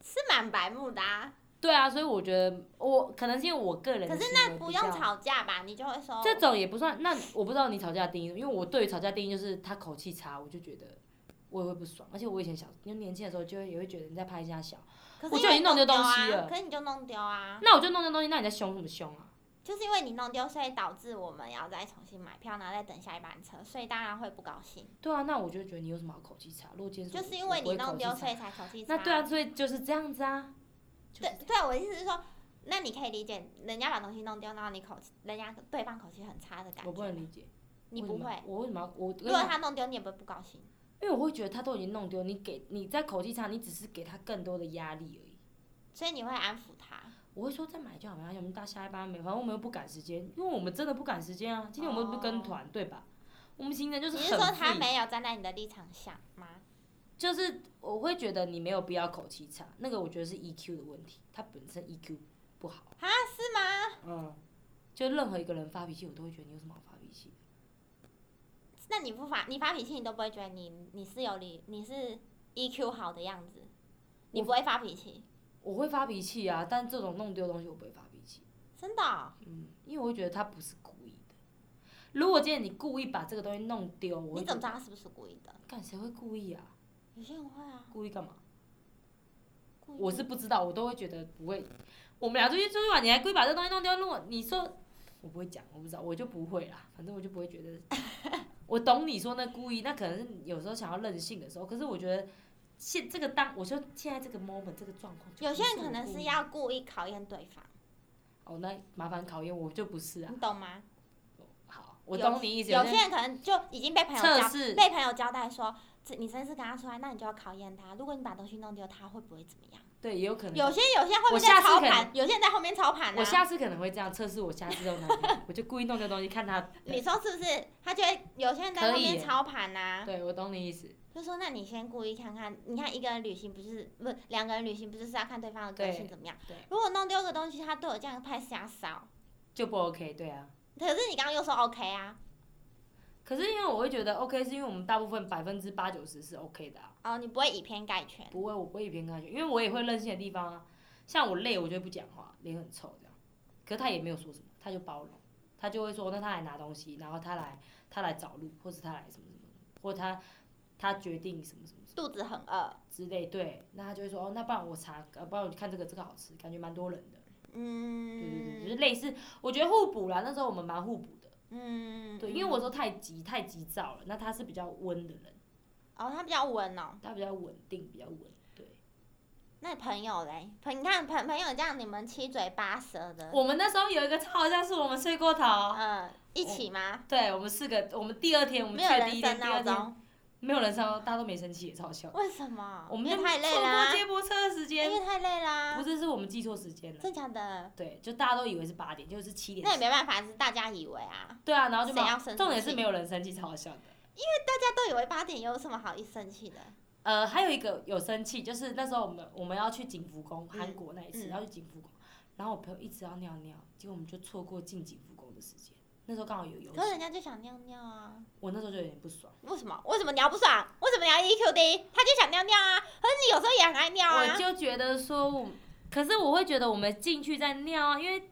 A: 是蛮白目的、啊，
B: 对啊，所以我觉得我可能是因为我个人的
A: 可是
B: 行为
A: 那
B: 比
A: 不用
B: 哎较，
A: 吵架吧？你就会说
B: 这种也不算。那我不知道你吵架的定义，因为我对于吵架定义就是他口气差，我就觉得我也会不爽，而且我以前小，因为年轻的时候就会也会觉得人在拍人家小，
A: 可是
B: 我
A: 因
B: 就
A: 为
B: 已经弄丢
A: 丢
B: 东
A: 啊
B: 西了
A: 可是你就弄丢啊，
B: 那我就弄这东西，那你在凶什么凶啊？
A: 就是因为你弄丢，所以导致我们要再重新买票，然后再等下一班车，所以当然会不高兴。
B: 对啊，那我就觉得你有什么好口气差？如果今天
A: 就
B: 我
A: 是因为
B: 我不
A: 你
B: 会
A: 弄
B: 口气
A: 丢，
B: 差
A: 所以才口气差。
B: 那对啊，所以就是这样子啊。就是
A: 对对，我的意思是说，那你可以理解人家把东西弄丢，然后你口气，人家对方口气很差的感觉。
B: 我不能理解，
A: 你
B: 为
A: 不
B: 什么
A: 会。啊
B: 我为什么要我？
A: 如果他弄丢，你也不会不高兴。
B: 因为我会觉得他都已经弄丢，你给你在口气差，你只是给他更多的压力而已。
A: 所以你会安抚他。
B: 我会说再买就好，没关系，我们到下一班没，反正我们又不赶时间，因为我们真的不赶时间啊。今天我们又不是跟团、对吧？我们行程就是
A: 哦你
B: 很
A: 是说他
B: free
A: 没有站在你的立场想吗？
B: 就是我会觉得你没有必要口气差，那个我觉得是 EQ 的问题，他本身 EQ 不好。
A: 啊，是吗？
B: 嗯，就任何一个人发脾气，我都会觉得你有什么好发脾气的。
A: 那你不发，你发脾气，你都不会觉得你你是有理，你是 EQ 好的样子，你
B: 我
A: 不会发脾气，
B: 我会发脾气啊，但这种弄丢的东西我不会发脾气，
A: 真的哦、
B: 嗯，因为我会觉得他不是故意的。如果今天你故意把这个东西弄丢，我
A: 你
B: 会
A: 怎
B: 觉
A: 么
B: 得
A: 知道他是不是故意的？
B: 干谁会故意啊？
A: 有些人会啊，
B: 故意干嘛？
A: 故意
B: 我是不知道，我都会觉得不会。我们俩出去出去玩，你还故意把这东西弄丢，如果你说我不会讲，我不知道，我就不会啦， 反正我就不会觉得。我懂你说那故意，那可能是有时候想要任性的时候，可是我觉得现这个当，我说现在这个 moment 这个状况，
A: 有些人可能是
B: 要。
A: 要故意考验对方，
B: 哦，那麻烦考验我就不是啊。
A: 你懂吗？
B: 好，我
A: 有
B: 懂你意思。
A: 有
B: 些
A: 些人可能就已经被朋友
B: 测
A: 交
B: 试
A: 被朋友交代说，这你这次跟他出来，那你就要考验他。如果你把东西弄丢，他会不会怎么样？
B: 对，也有可能。
A: 有些有些会不会
B: 我下
A: 在
B: 次
A: 操
B: 可能
A: 盘，有些人在后面操盘啊。
B: 我下次可能会这样测试，我下次用它，我就故意弄这东西看它。
A: 你说是不是？他就会有些人在后
B: 可以
A: 面
B: 耶
A: 操盘呐、啊
B: 对，我懂你意思。
A: 就说那你先故意看看，你看一个人旅行不是不是两个人旅行不就是要看对方的个
B: 对
A: 性怎么样
B: 对？
A: 如果弄丢个东西，他对我这样派瞎扫，
B: 就不 OK，对啊。
A: 可是你刚刚又说 OK 啊，
B: 可是因为我会觉得 OK，是因为我们大部分百分之八九十是 OK 的啊，
A: 哦，你不会以偏概全，
B: 不会，我不会以偏概全，因为我也会任性的地方啊。像我累，我就会不讲话，脸很臭这样。可是他也没有说什么，他就包容，他就会说，那他来拿东西，然后他来他来找路，或是他来什么什么，或他他决定什么什么什么
A: 肚子很饿，
B: 之类，对，那他就会说，哦，那不然我查，呃，不然我看这个这个好吃，感觉蛮多人的，对对对，就
A: 嗯
B: 是类似，我觉得互补啦，那时候我们蛮互补的。
A: 嗯，
B: 对，因为我说太急太急躁了，那他是比较温的人，
A: 哦，他比较稳哦。
B: 他比较稳定，比较稳。对，
A: 那朋友嘞，朋你看朋朋友这样，你们七嘴八舌的，
B: 我们那时候有一个超好像是我们睡过头，
A: 嗯，一起吗？
B: 对我们四个，我们第二天我们
A: 没
B: 去
A: 有
B: 的第
A: 人
B: 一
A: 设
B: 天、第
A: 闹
B: 二天
A: 钟，
B: 没有人上，大家都没生气，也超好笑。
A: 为什么？
B: 我们
A: 因
B: 就
A: 为太累
B: 错过
A: 啦，
B: 接驳车的时
A: 因
B: 间，
A: 为太累
B: 不
A: 啦，
B: 是是我们记错时间了。
A: 真假的？
B: 对，就大家都以为是八点，就是七点
A: 那。也没办法，是大家以为啊，
B: 对啊，然后就
A: 谁
B: 没
A: 要
B: 有
A: 生
B: 重点
A: 气
B: 是没有人生气，超好笑的。
A: 大家都以为八点有什么好一生气的？
B: 呃，还有一个有生气，就是那时候我们我们要去景福宫，
A: 嗯
B: 韩国那一次、
A: 嗯
B: 要去景福宫，然后我朋友一直要尿尿，结果我们就错过进景福宫的时间。那时候刚好有游
A: 可是人
B: 行，
A: 家就想尿尿啊，
B: 我那时候就有点不爽，
A: 为什么？为什么你要不爽？为什么你要 EQ 低？他就想尿尿啊，可是你有时候也很爱尿
B: 我
A: 啊，
B: 就觉得说我，可是我会觉得我们进去再尿啊，因为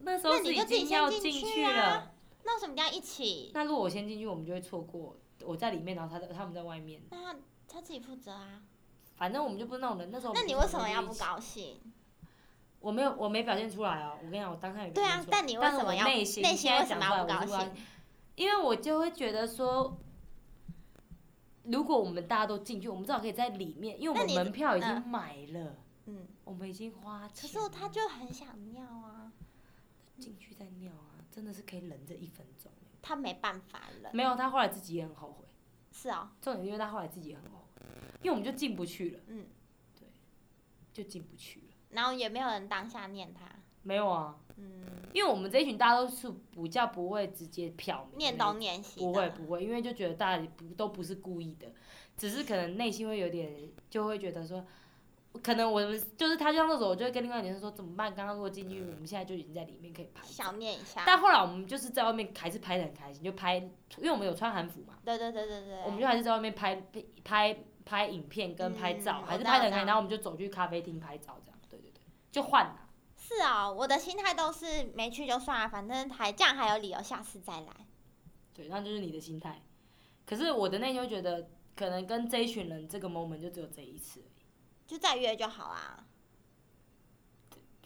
B: 那时候
A: 那你
B: 是
A: 就
B: 已
A: 自己
B: 经
A: 先
B: 要
A: 进
B: 进
A: 去
B: 去
A: 啊
B: 了。
A: 那为什么要一起？
B: 那如果我先进去，我们就会错过我在里面，然后他在他们在外面，
A: 那他他自己负责啊，
B: 反正我们就不是那种人。那时候我
A: 那
B: 们
A: 你
B: 就是
A: 为什么
B: 就
A: 要
B: 一
A: 不
B: 起？
A: 高兴？
B: 我没有，我没表现出来哦。我跟你讲，我当下也
A: 对
B: 表现
A: 啊
B: 出，来
A: 但你为
B: 但
A: 什
B: 我
A: 么要
B: 内心
A: 内
B: 现
A: 心
B: 在
A: 为什
B: 讲
A: 么
B: 出来
A: 要
B: 我
A: 不高
B: 是要
A: 兴？
B: 因为我就会觉得说，如果我们大家都进去，我们至少可以在里面，因为我
A: 那
B: 们
A: 你
B: 门票已经
A: 嗯
B: 买了，
A: 嗯，
B: 我们已经花
A: 可
B: 钱
A: 是
B: 了，
A: 他就很想尿啊，
B: 进去再尿啊，真的是可以忍这一分钟。欸
A: 他没办法了。
B: 没有，他后来自己也很后悔，
A: 是哦，
B: 重点是因为他后来自己也很后悔，因为我们就进不去了，
A: 嗯，
B: 对，就进不去了。
A: 然后也没有人当下念他，
B: 没有啊，
A: 嗯，
B: 因为我们这一群大家都是比较不会直接瞟明
A: 念
B: 那一
A: 东念西的。
B: 不会不会，因为就觉得大家也不都不是故意的，只是可能内心会有点，就会觉得说，可能我们就是他上厕所，我就会跟另外一个女生说怎么办？刚刚如果
A: 嗯
B: 进去，我们现在就已经在里面可以拍照
A: 小。念一下。
B: 但后来我们就是在外面还是拍的很开心，就拍，因为我们有穿韩服嘛，
A: 对对对对对。
B: 我们就还是在外面拍拍拍影片跟拍照，
A: 嗯
B: 还
A: 我知
B: 是
A: 道
B: 拍的
A: 我
B: 很
A: 知
B: 开
A: 道
B: 心。然后我们就走去咖啡厅拍照，这样，对对对，就换了。
A: 是哦，我的心态都是没去就算了，反正还这样还有理由下次再来。
B: 对，那就是你的心态。可是我的内心会觉得，可能跟这一群人这个 moment 就只有这一次而已。
A: 就再约就好啊，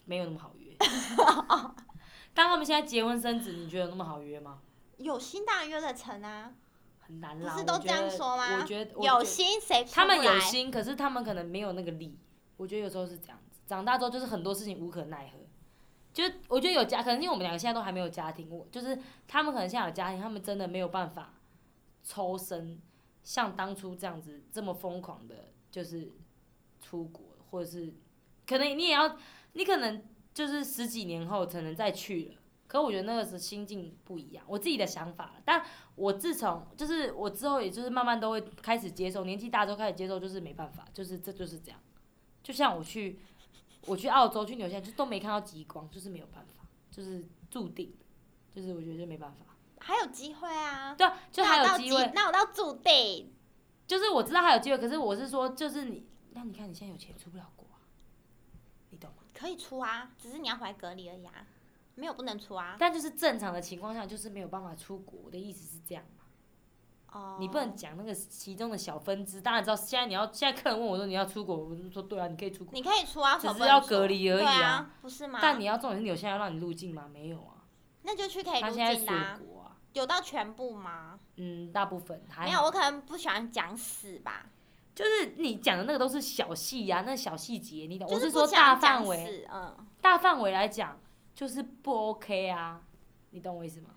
B: 没有那么好约。当他们现在结婚生子，你觉得有那么好约吗？
A: 有心当然约得成啊，
B: 很难
A: 不
B: 啦。
A: 是
B: 我
A: 都
B: 觉
A: 这样
B: 得
A: 说吗
B: 我觉得我
A: 有
B: 觉得
A: 心谁出
B: 他们有
A: 来
B: 心，可是他们可能没有那个力。我觉得有时候是这样子，长大之后就是很多事情无可奈何。就是我觉得有家，可能因为我们两个现在都还没有家庭，我就是他们可能现在有家庭，他们真的没有办法抽身，像当初这样子这么疯狂的，就是出国，或者是可能你也要，你可能就是十几年后才能再去了。可我觉得那个时心境不一样，我自己的想法啦。但我自从就是我之后，也就是慢慢都会开始接受，年纪大之后开始接受，就是没办法，就是这就是这样。就像我去我去澳洲、去纽西兰，就都没看到极光，就是没有办法，就是注定，就是我觉得就没办法。
A: 还有机会啊，
B: 对啊，就还
A: 那我到
B: 有机会，
A: 那我到注定，
B: 就是我知道还有机会，可是我是说，就是你，那你看你现在有钱出不了国啊，你懂吗？
A: 可以出啊，只是你要回来隔离而已啊，没有不能出啊。
B: 但就是正常的情况下，就是没有办法出国。我的意思是这样嘛，
A: 哦，
B: 你不能讲那个其中的小分支。当然知道，现在你要现在客人问我说你要出国，我就说对啊，你可以出国，
A: 你可以出啊，
B: 只
A: 为什么
B: 是
A: 不能
B: 要
A: 出
B: 隔离而已
A: 对啊，
B: 啊
A: 不是吗？
B: 但你要重点是你有现在让你入境吗？没有啊，
A: 那就去可以
B: 他
A: 入
B: 现在
A: 境
B: 锁
A: 的、啊，
B: 国啊，
A: 有到全部吗？
B: 嗯，大部分还
A: 没有，
B: 好
A: 我可能不喜欢讲死吧，
B: 就是你讲的那个都是小细呀、那小细节，你懂？
A: 就
B: 我
A: 是
B: 说
A: 不喜欢
B: 大范
A: 讲
B: 围，
A: 死，嗯，
B: 大范围来讲，就是不 OK 啊，你懂我意思吗？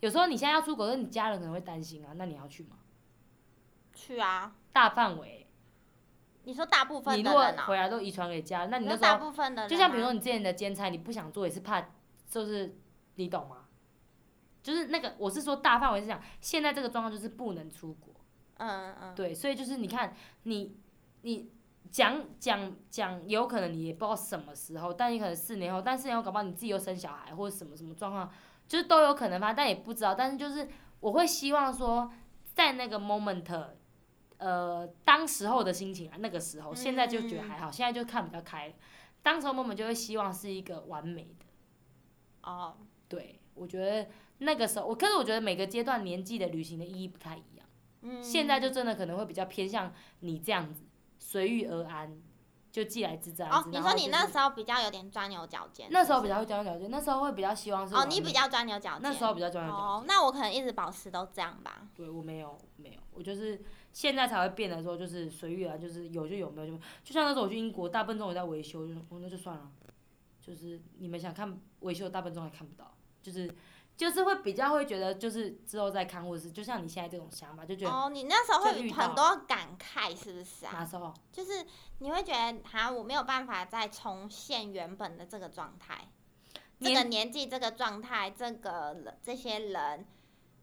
B: 有时候你现在要出国，那你家人可能会担心啊，那你要去吗？
A: 去啊。
B: 大范围，
A: 你说大部分
B: 你
A: 的
B: 如果
A: 人哦、
B: 回来都遗传给家人，那你
A: 你说
B: 那时
A: 大
B: 候
A: 部分的人、啊，
B: 就像比如说你之前的兼差，你不想做也是怕，就是你懂吗？就是那个，我是说大范围是讲现在这个状况就是不能出国，
A: 嗯嗯，
B: 对，所以就是你看，你你讲讲讲，有可能你也不知道什么时候，但你可能四年后，但四年后搞不好你自己又生小孩或者什么什么状况，就是都有可能发生，但也不知道。但是就是我会希望说，在那个 moment，呃，当时候的心情啊，那个时候，现在就觉得还好，现在就看比较开了。当时候 moment 就会希望是一个完美的，
A: 哦，
B: 对我觉得那个时候，我可是我觉得每个阶段年纪的旅行的意义不太一样。
A: 嗯，
B: 现在就真的可能会比较偏向你这样子，随遇而安，就既来之则安
A: 哦
B: 之。，
A: 你
B: 然后
A: 说你
B: 就
A: 那
B: 是
A: 时候比较有点钻牛角尖，
B: 那时候
A: 是
B: 比较会钻牛角尖，那时候会比较希望
A: 不
B: 是
A: 是哦，
B: 完
A: 你
B: 美
A: 比较钻牛角尖，
B: 那时候比较钻牛角尖。
A: 哦，那我可能一直保持都这样吧，
B: 对我没有没有，我就是现在才会变得说就是随遇而安，就是有就有，没有就没有就像那时候我去英国，大笨钟也在维修，就是哦那就算了，就是你们想看维修的大笨钟还看不到，就是就是会比较会觉得就是之后再看，或者是就像你现在这种想法，就觉得
A: 哦，你那时候
B: 就
A: 会
B: 遇
A: 很
B: 到
A: 多感慨，是不是啊？
B: 哪时候
A: 就是你会觉得，哈，我没有办法再重现原本的这个状态，这
B: 年
A: 个年纪，这个状态，这个人这些人，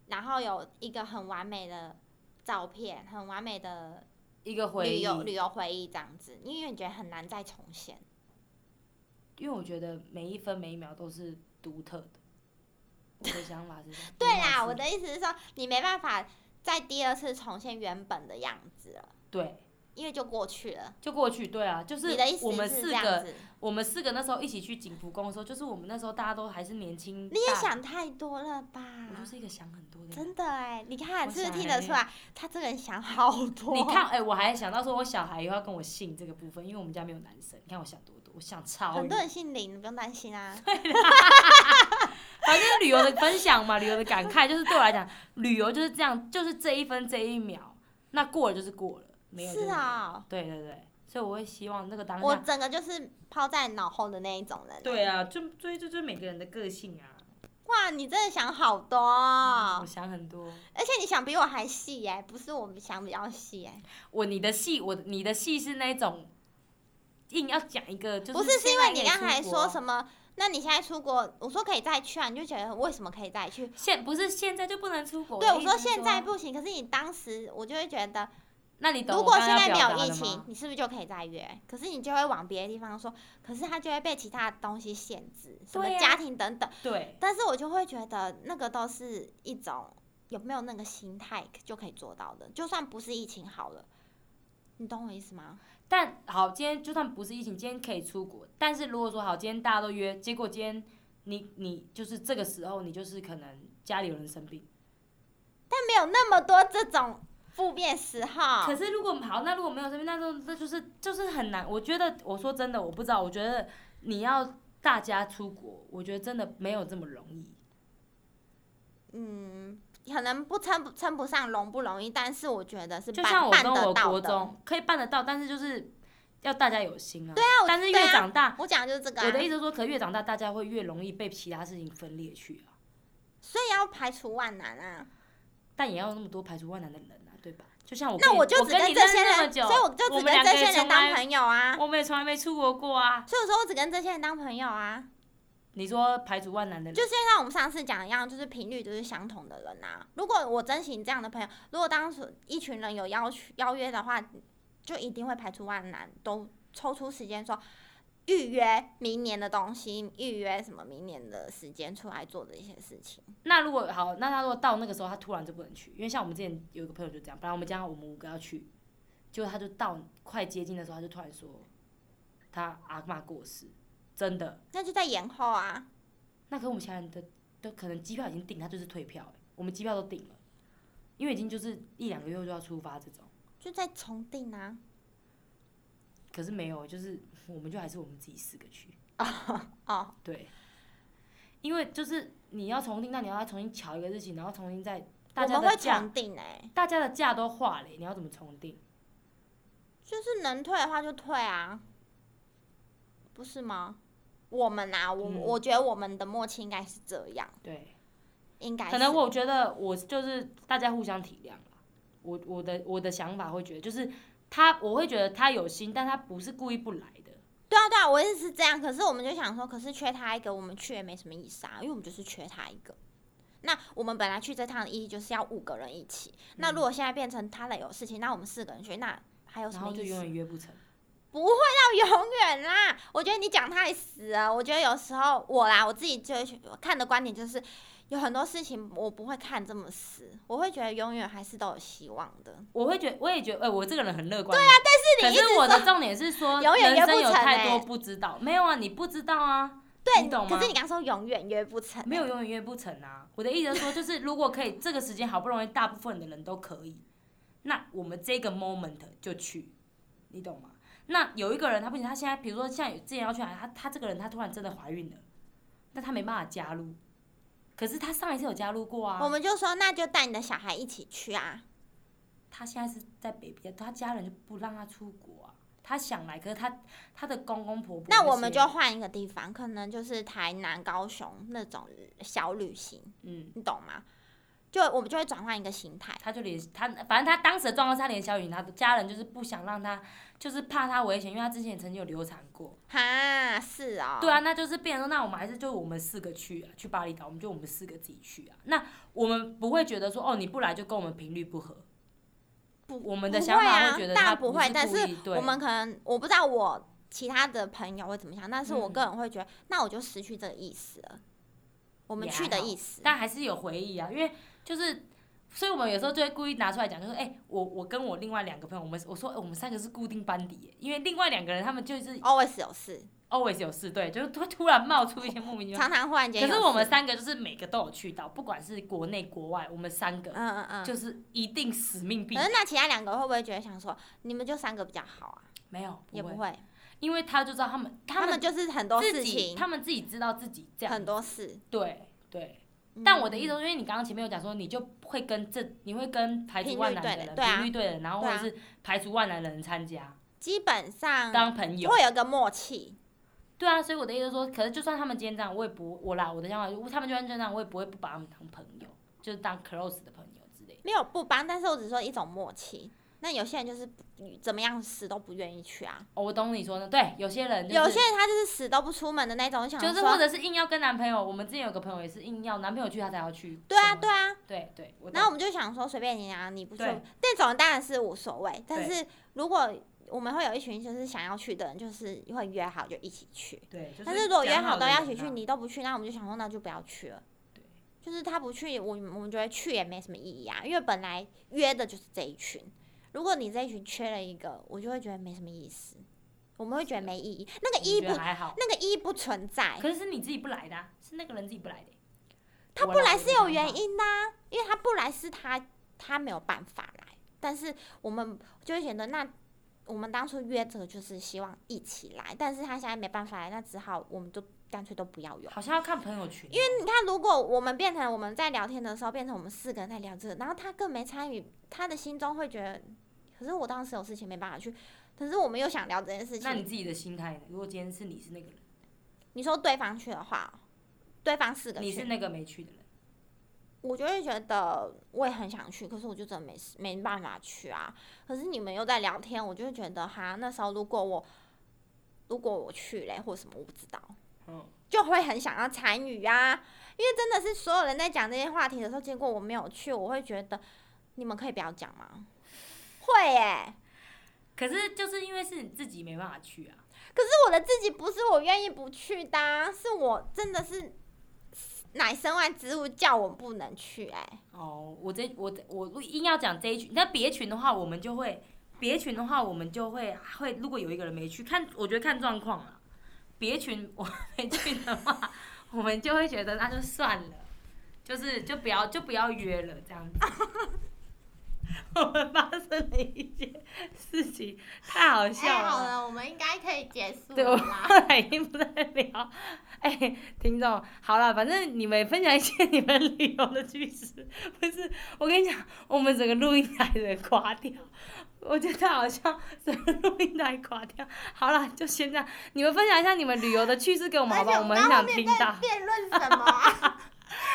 A: 然后有一个很完美的照片，很完美的
B: 一个回
A: 旅
B: 忆
A: 游旅游回忆这样子，因为你觉得很难再重现。
B: 因为我觉得每一分每一秒都是独特的。我的想法是这样。
A: 对
B: 你呢
A: 啦，
B: 是
A: 我的意思是说，你没办法再第二次重现原本的样子了，
B: 对，
A: 因为就过去了。
B: 就过去，对啊，就是
A: 你的意思
B: 我们
A: 是
B: 四
A: 这样
B: 个，
A: 子，
B: 我们四个那时候一起去景福宫的时候，就是我们那时候大家都还是年轻。
A: 你也
B: 大，
A: 想太多了吧？
B: 我就是一个想很多的人。
A: 真的哎，你看
B: 我
A: 是不是
B: 想
A: 听得
B: 哎
A: 出来？他这个人想好多。
B: 你看，哎、我还想到说，我小孩以后要跟我姓这个部分，因为我们家没有男生。你看我想多多，我想超
A: 很多
B: 远。
A: 人姓林，你不用担心啊。
B: 反正旅游的分享嘛，旅游的感慨，就是对我来讲，旅游就是这样，就是这一分这一秒，那过了就是过了， 没有就是没有。
A: 啊，
B: 对对对，所以我会希望那个当
A: 我
B: 下，
A: 整个就是抛在脑后的那一种人。
B: 对，啊，就就就就每个人的个性啊，
A: 哇，你真的想好多
B: 我
A: 哦，
B: 想很多。
A: 而且你想比我还细耶，不是我们想比较细耶，
B: 我你的戏，我你的戏是那种硬要讲一个，就是
A: 不是，是因为你刚才说
B: 么？
A: 什么？那你现在出国，我说可以再去啊，你就觉得为什么可以再去？
B: 现不是现在就不能出国？
A: 对，
B: 的
A: 我
B: 意
A: 说
B: 思是
A: 现在，不行，可是你当时我就会觉得，
B: 那啊你懂
A: 如
B: 我
A: 果
B: 刚
A: 现在
B: 刚
A: 没
B: 要表
A: 有
B: 达
A: 疫
B: 的
A: 情
B: 吗，？
A: 你是不是就可以再约？可是你就会往别的地方说，可是他就会被其他的东西限制，什么
B: 对啊
A: 家庭等等。
B: 对，
A: 但是我就会觉得那个都是一种有没有那个心态就可以做到的，就算不是疫情好了，你懂我意思吗？
B: 但好，今天就算不是疫情，今天可以出国，但是如果说好，今天大家都约，结果今天你你就是这个时候，你就是可能家里有人生病。
A: 但没有那么多这种负面时
B: 可
A: 候，
B: 是如果好，那如果没有生病，那就那就是就是很难。我觉得，我说真的，我不知道。我觉得你要大家出国，我觉得真的没有这么容易。
A: 嗯，可能不称不称不上容不容易，但是我觉得是
B: 就
A: 办
B: 像我
A: 办
B: 跟
A: 得
B: 我
A: 到
B: 国
A: 的。
B: 中可以办得到，但是就是要大家有心啊。对
A: 啊我
B: 但是
A: 对
B: 越
A: 啊
B: 长大，
A: 我讲的就是这个、
B: 我的
A: 啊，
B: 意思是说，可越长大，大家会越容易被其他事情分裂去啊。
A: 所以要排除万难啊。
B: 但也要有那么多排除万难的人啊，对吧？就像我跟，
A: 那
B: 我
A: 就只
B: 跟
A: 跟
B: 你
A: 这
B: 认
A: 些
B: 识那么
A: 人，
B: 久，
A: 所以我就只
B: 们
A: 跟
B: 两
A: 这
B: 个
A: 些人
B: 从
A: 当
B: 来
A: 朋友啊。
B: 我们也从来没出国过啊。
A: 所以我说我只跟这些人当朋友啊，
B: 你说排除万难的人，
A: 就是像我们上次讲一样，就是频率就是相同的人啊。如果我珍惜你这样的朋友，如果当时一群人有邀去邀约的话，就一定会排除万难，都抽出时间说预约明年的东西，预约什么明年的时间出来做的一些事情。
B: 那如果好，那他如果到那个时候，他突然就不能去，因为像我们之前有一个朋友就这样，本来我们讲好我们五个要去，结果他就到快接近的时候，他就突然说他阿嬷过世，真的。
A: 那就在延后啊，
B: 那可我们其他人的都可能机票已经订，他就是退票、欸，我们机票都订了，因为已经就是一两个月后就要出发这种，
A: 就在重定啊。
B: 可是没有，就是我们就还是我们自己四个 去，
A: 哦，
B: 对，因为就是你要重订，那你要再重新瞧一个日期，然后重新再大
A: 我
B: 家
A: 们会
B: 的假，
A: 重定哎、
B: 大家的假都化了欸、你要怎么重订？
A: 就是能退的话就退啊，不是吗？我们啊，我、
B: 嗯
A: 我觉得我们的默契应该是这样，
B: 对。
A: 应该
B: 可能
A: 是
B: 我觉得我就是大家互相体谅啦。我我的我的想法会觉得，就是他我会觉得他有心，但他不是故意不来的。
A: 对啊，对啊，我也是这样。可是我们就想说，可是缺他一个，我们去也没什么意思啊，因为我们就是缺他一个。那我们本来去这趟的意义就是要五个人一起，
B: 嗯
A: 那如果现在变成他的有事情，那我们四个人去，那还有什
B: 然
A: 么
B: 后就
A: 意
B: 永
A: 思？
B: 远约不成。
A: 到永远啦！我觉得你讲太死了。我觉得有时候我啦，我自己就我看的观点就是，有很多事情我不会看这么死，我会觉得永远还是都有希望的。
B: 我会觉我也觉得，哎、我这个人很乐观。对啊，但
A: 你
B: 可
A: 一直
B: 是我的重点是说，
A: 永远约
B: 人
A: 不
B: 生有
A: 成
B: 太
A: 欸
B: 多不知道，没有啊，你不知道啊，
A: 对，
B: 你懂吗
A: 可是你刚说永远约不 成，欸
B: 没有永远约不成啊。我的意思是说，就是如果可以，这个时间好不容易大部分的人都可以，那我们这个 moment 就去，你懂吗？那有一个人他不行，他现在比如说像之前要去海，他他这个人他突然真的怀孕了，那他没办法加入，可是他上一次有加入过啊。
A: 我们就说那就带你的小孩一起去啊。
B: 他现在是在北边，他家人就不让他出国啊。他想来，可是他他的公公婆婆些，
A: 那我们就换一个地方，可能就是台南、高雄那种小旅行，
B: 嗯，
A: 你懂吗？就我们就会转换一个形态。
B: 他就连他反正他当时的状况，是他连小雨他的家人就是不想让他，就是怕他危险，因为他之前也曾经有流产过。
A: 哈，是哦。
B: 对啊，那就是变成说，那我们还是就我们四个去啊，去巴厘岛，我们就我们四个自己去啊。那我们不会觉得说，哦，你不来就跟我们频率不合。
A: 不
B: 我们的
A: 不
B: 想
A: 会
B: 法
A: 啊
B: 会觉得
A: 当
B: 他
A: 然不会
B: 是
A: 但
B: 故
A: 是
B: 意对
A: 我们可能我不知道我其他的朋友会怎么想，但是我
B: 嗯
A: 个人会觉得，那我就失去这个意思了，我们
B: 也
A: 去
B: 还
A: 的
B: 好
A: 意思。
B: 但还是有回忆啊，因为就是，所以我们有时候就会故意拿出来讲，就是哎、我我跟我另外两个朋友，我们我说、哎我们三个是固定班底耶，因为另外两个人他们就是
A: always 有事，
B: always 有事，对，就是突突然冒出一些莫名其妙。
A: 常常忽然间
B: 可
A: 有事。
B: 是我们三个就是每个都有去到，不管是国内国外，我们三
A: 嗯
B: 个
A: 嗯嗯，
B: 就是一定使命必
A: 可
B: 达
A: 是。那其他两个会不会觉得想说，你们就三个比较好啊？
B: 没有，
A: 也
B: 不
A: 不
B: 会，
A: 会，
B: 因为他就知道他们
A: 他
B: 他
A: 们
B: 们
A: 就是很多事
B: 自己
A: 情，
B: 他们自己知道自己这样
A: 很，多事。
B: 对对。
A: 嗯
B: 但我的意思，是，因为你刚刚前面有讲说，你就会跟这，你会跟排除万难的
A: 频率对的
B: 人、
A: 对啊
B: 频率对的人，然后或
A: 对
B: 者
A: 啊嗯
B: 是排除万难的人参加
A: 基本上
B: 当朋友。
A: 会有一个默契，
B: 对啊，所以我的意思是说，可是就算他们今天这样，我也不我啦，我的想法，就是他们就算这样，我也不会不把他们当朋友，就是当 close 的朋友之类的。
A: 没有不帮，但是我只说一种默契。那有些人就是怎么样死都不愿意去啊，
B: 哦，我懂你说的，对，有些人、就是、
A: 有些人他就是死都不出门的那种，想
B: 就是
A: 说
B: 或者是硬要跟男朋友，我们之前有个朋友也是硬要男朋友去，他才要去。
A: 对啊
B: 什么
A: 对啊。
B: 对对，我
A: 然后
B: 懂。
A: 我们就想说随便你啊，你不去
B: 对
A: 那种当然是无所谓，但
B: 对
A: 是如果我们会有一群就是想要去的人，就是会约好就一起去。
B: 对，就
A: 但是如果约
B: 讲
A: 好
B: 的
A: 都要一
B: 人
A: 起去，
B: 啊
A: 你都不去，那我们就想说那就不要去了。
B: 对
A: 就是他不去，我们我们觉得去也没什么意义啊，因为本来约的就是这一群。如果你这一群缺了一个，我就会觉得没什么意思，我们会觉得没意义。那个
B: 我
A: 一
B: 觉
A: 不
B: 得还好，
A: 那个一不存在，
B: 可是是你自己不来的、啊，是那个人自己不来的欸、
A: 他
B: 我
A: 不
B: 啦
A: 来
B: 我
A: 是
B: 的
A: 有
B: 想法
A: 原因的啊、因为他不来是他他没有办法来，但是我们就会觉得那。我们当初约这个就是希望一起来，但是他现在没办法来，那只好我们就干脆都不要有。
B: 好像要看朋友群哦，因
A: 你看，如果我们变成我们在聊天的时候，变成我们四个人在聊这个，然后他更没参与，他的心中会觉得，可是我当时有事情没办法去，可是我们又想聊这件事
B: 那你
A: 情。
B: 自己的心态呢？如果今天是你是那个人，
A: 你说对方去的话，对方四个
B: 你是
A: 去，
B: 那个没去的人，
A: 我就会觉得我也很想去，可是我就真的没时没办法去啊。可是你们又在聊天，我就会觉得哈，那时候如果我如果我去嘞，或什么我不知道，
B: 嗯，
A: 就会很想要参与啊，因为真的是所有人在讲这些话题的时候，结果我没有去，我会觉得你们可以不要讲吗？会耶、
B: 可是就是因为是你自己没办法去啊，
A: 可是我的自己不是我愿意不去的啊、是我真的是奶生完植物叫我不能去哎、
B: 哦，我这我我我硬要讲这一群，那别群的话，我们就会别群的话，我们就会会如果有一个人没去，看我觉得看状况了，别群我没去的话，我们就会觉得那就算了，就是就不要就不要约了这样子。 我们发生了一些事情，太好笑了。
A: 了，我们应该可以结束
B: 对了
A: 啦。
B: 后来已经不再聊。哎、听众，好了，反正你们分享一些你们旅游的趣事，不是？我跟你讲，我们整个录音台的垮掉，我觉得太好笑，整个录音台垮掉。好了，就先这样，你们分享一下你们旅游的趣事给我们好不好？我们很想听到。
A: 辩论什 么、啊？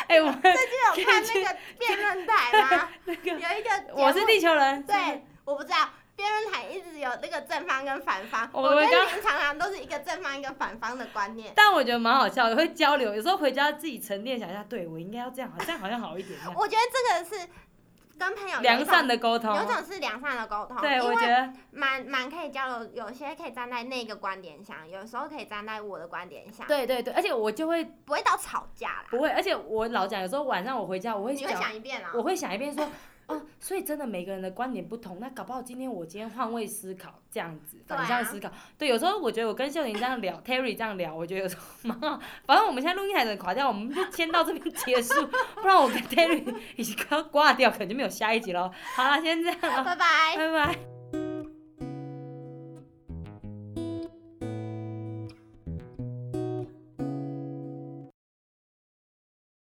B: 哎、我们
A: 这
B: 有看那
A: 个辩论台吗？
B: 那个，
A: 一个
B: 我是地球人，是不是
A: 我不知道。
C: 辩论台一直有那个正方跟反方，
B: 我
C: 我跟
B: 刚
C: 林常常都是一个正方一个反方的观念。
B: 但我觉得蛮好笑的，会交流。有时候回家自己沉淀想一下，对我应该要这样，这样好像好一点。这样
C: 我觉得这个是跟朋友有一种
B: 良善的沟通，
C: 有一种是良善的沟通，
B: 对
C: 因
B: 我
C: 为
B: 觉得
C: 蛮蛮可以交流，有些可以站在那个观点上，有时候可以站在我的观点上，
B: 对对对，而且我就会
C: 不会到吵架啦。
B: 不会，而且我老讲，有时候晚上我回家我会
C: 你会
B: 想，
C: 想一遍啊、
B: 我会想一遍说。哦，所以真的每个人的观点不同，那搞不好今天我今天换位思考这样子，
C: 对啊
B: 反向思考。对，有时候我觉得我跟秀玲这样聊 ，Terry 这样聊，我觉得有时候蛮好。反正我们现在录音还很垮掉，我们就先到这边结束， 不然我跟 Terry 已经快要挂掉，可能就没有下一集喽。好啦，先这样了，
C: 拜拜。
B: 拜拜。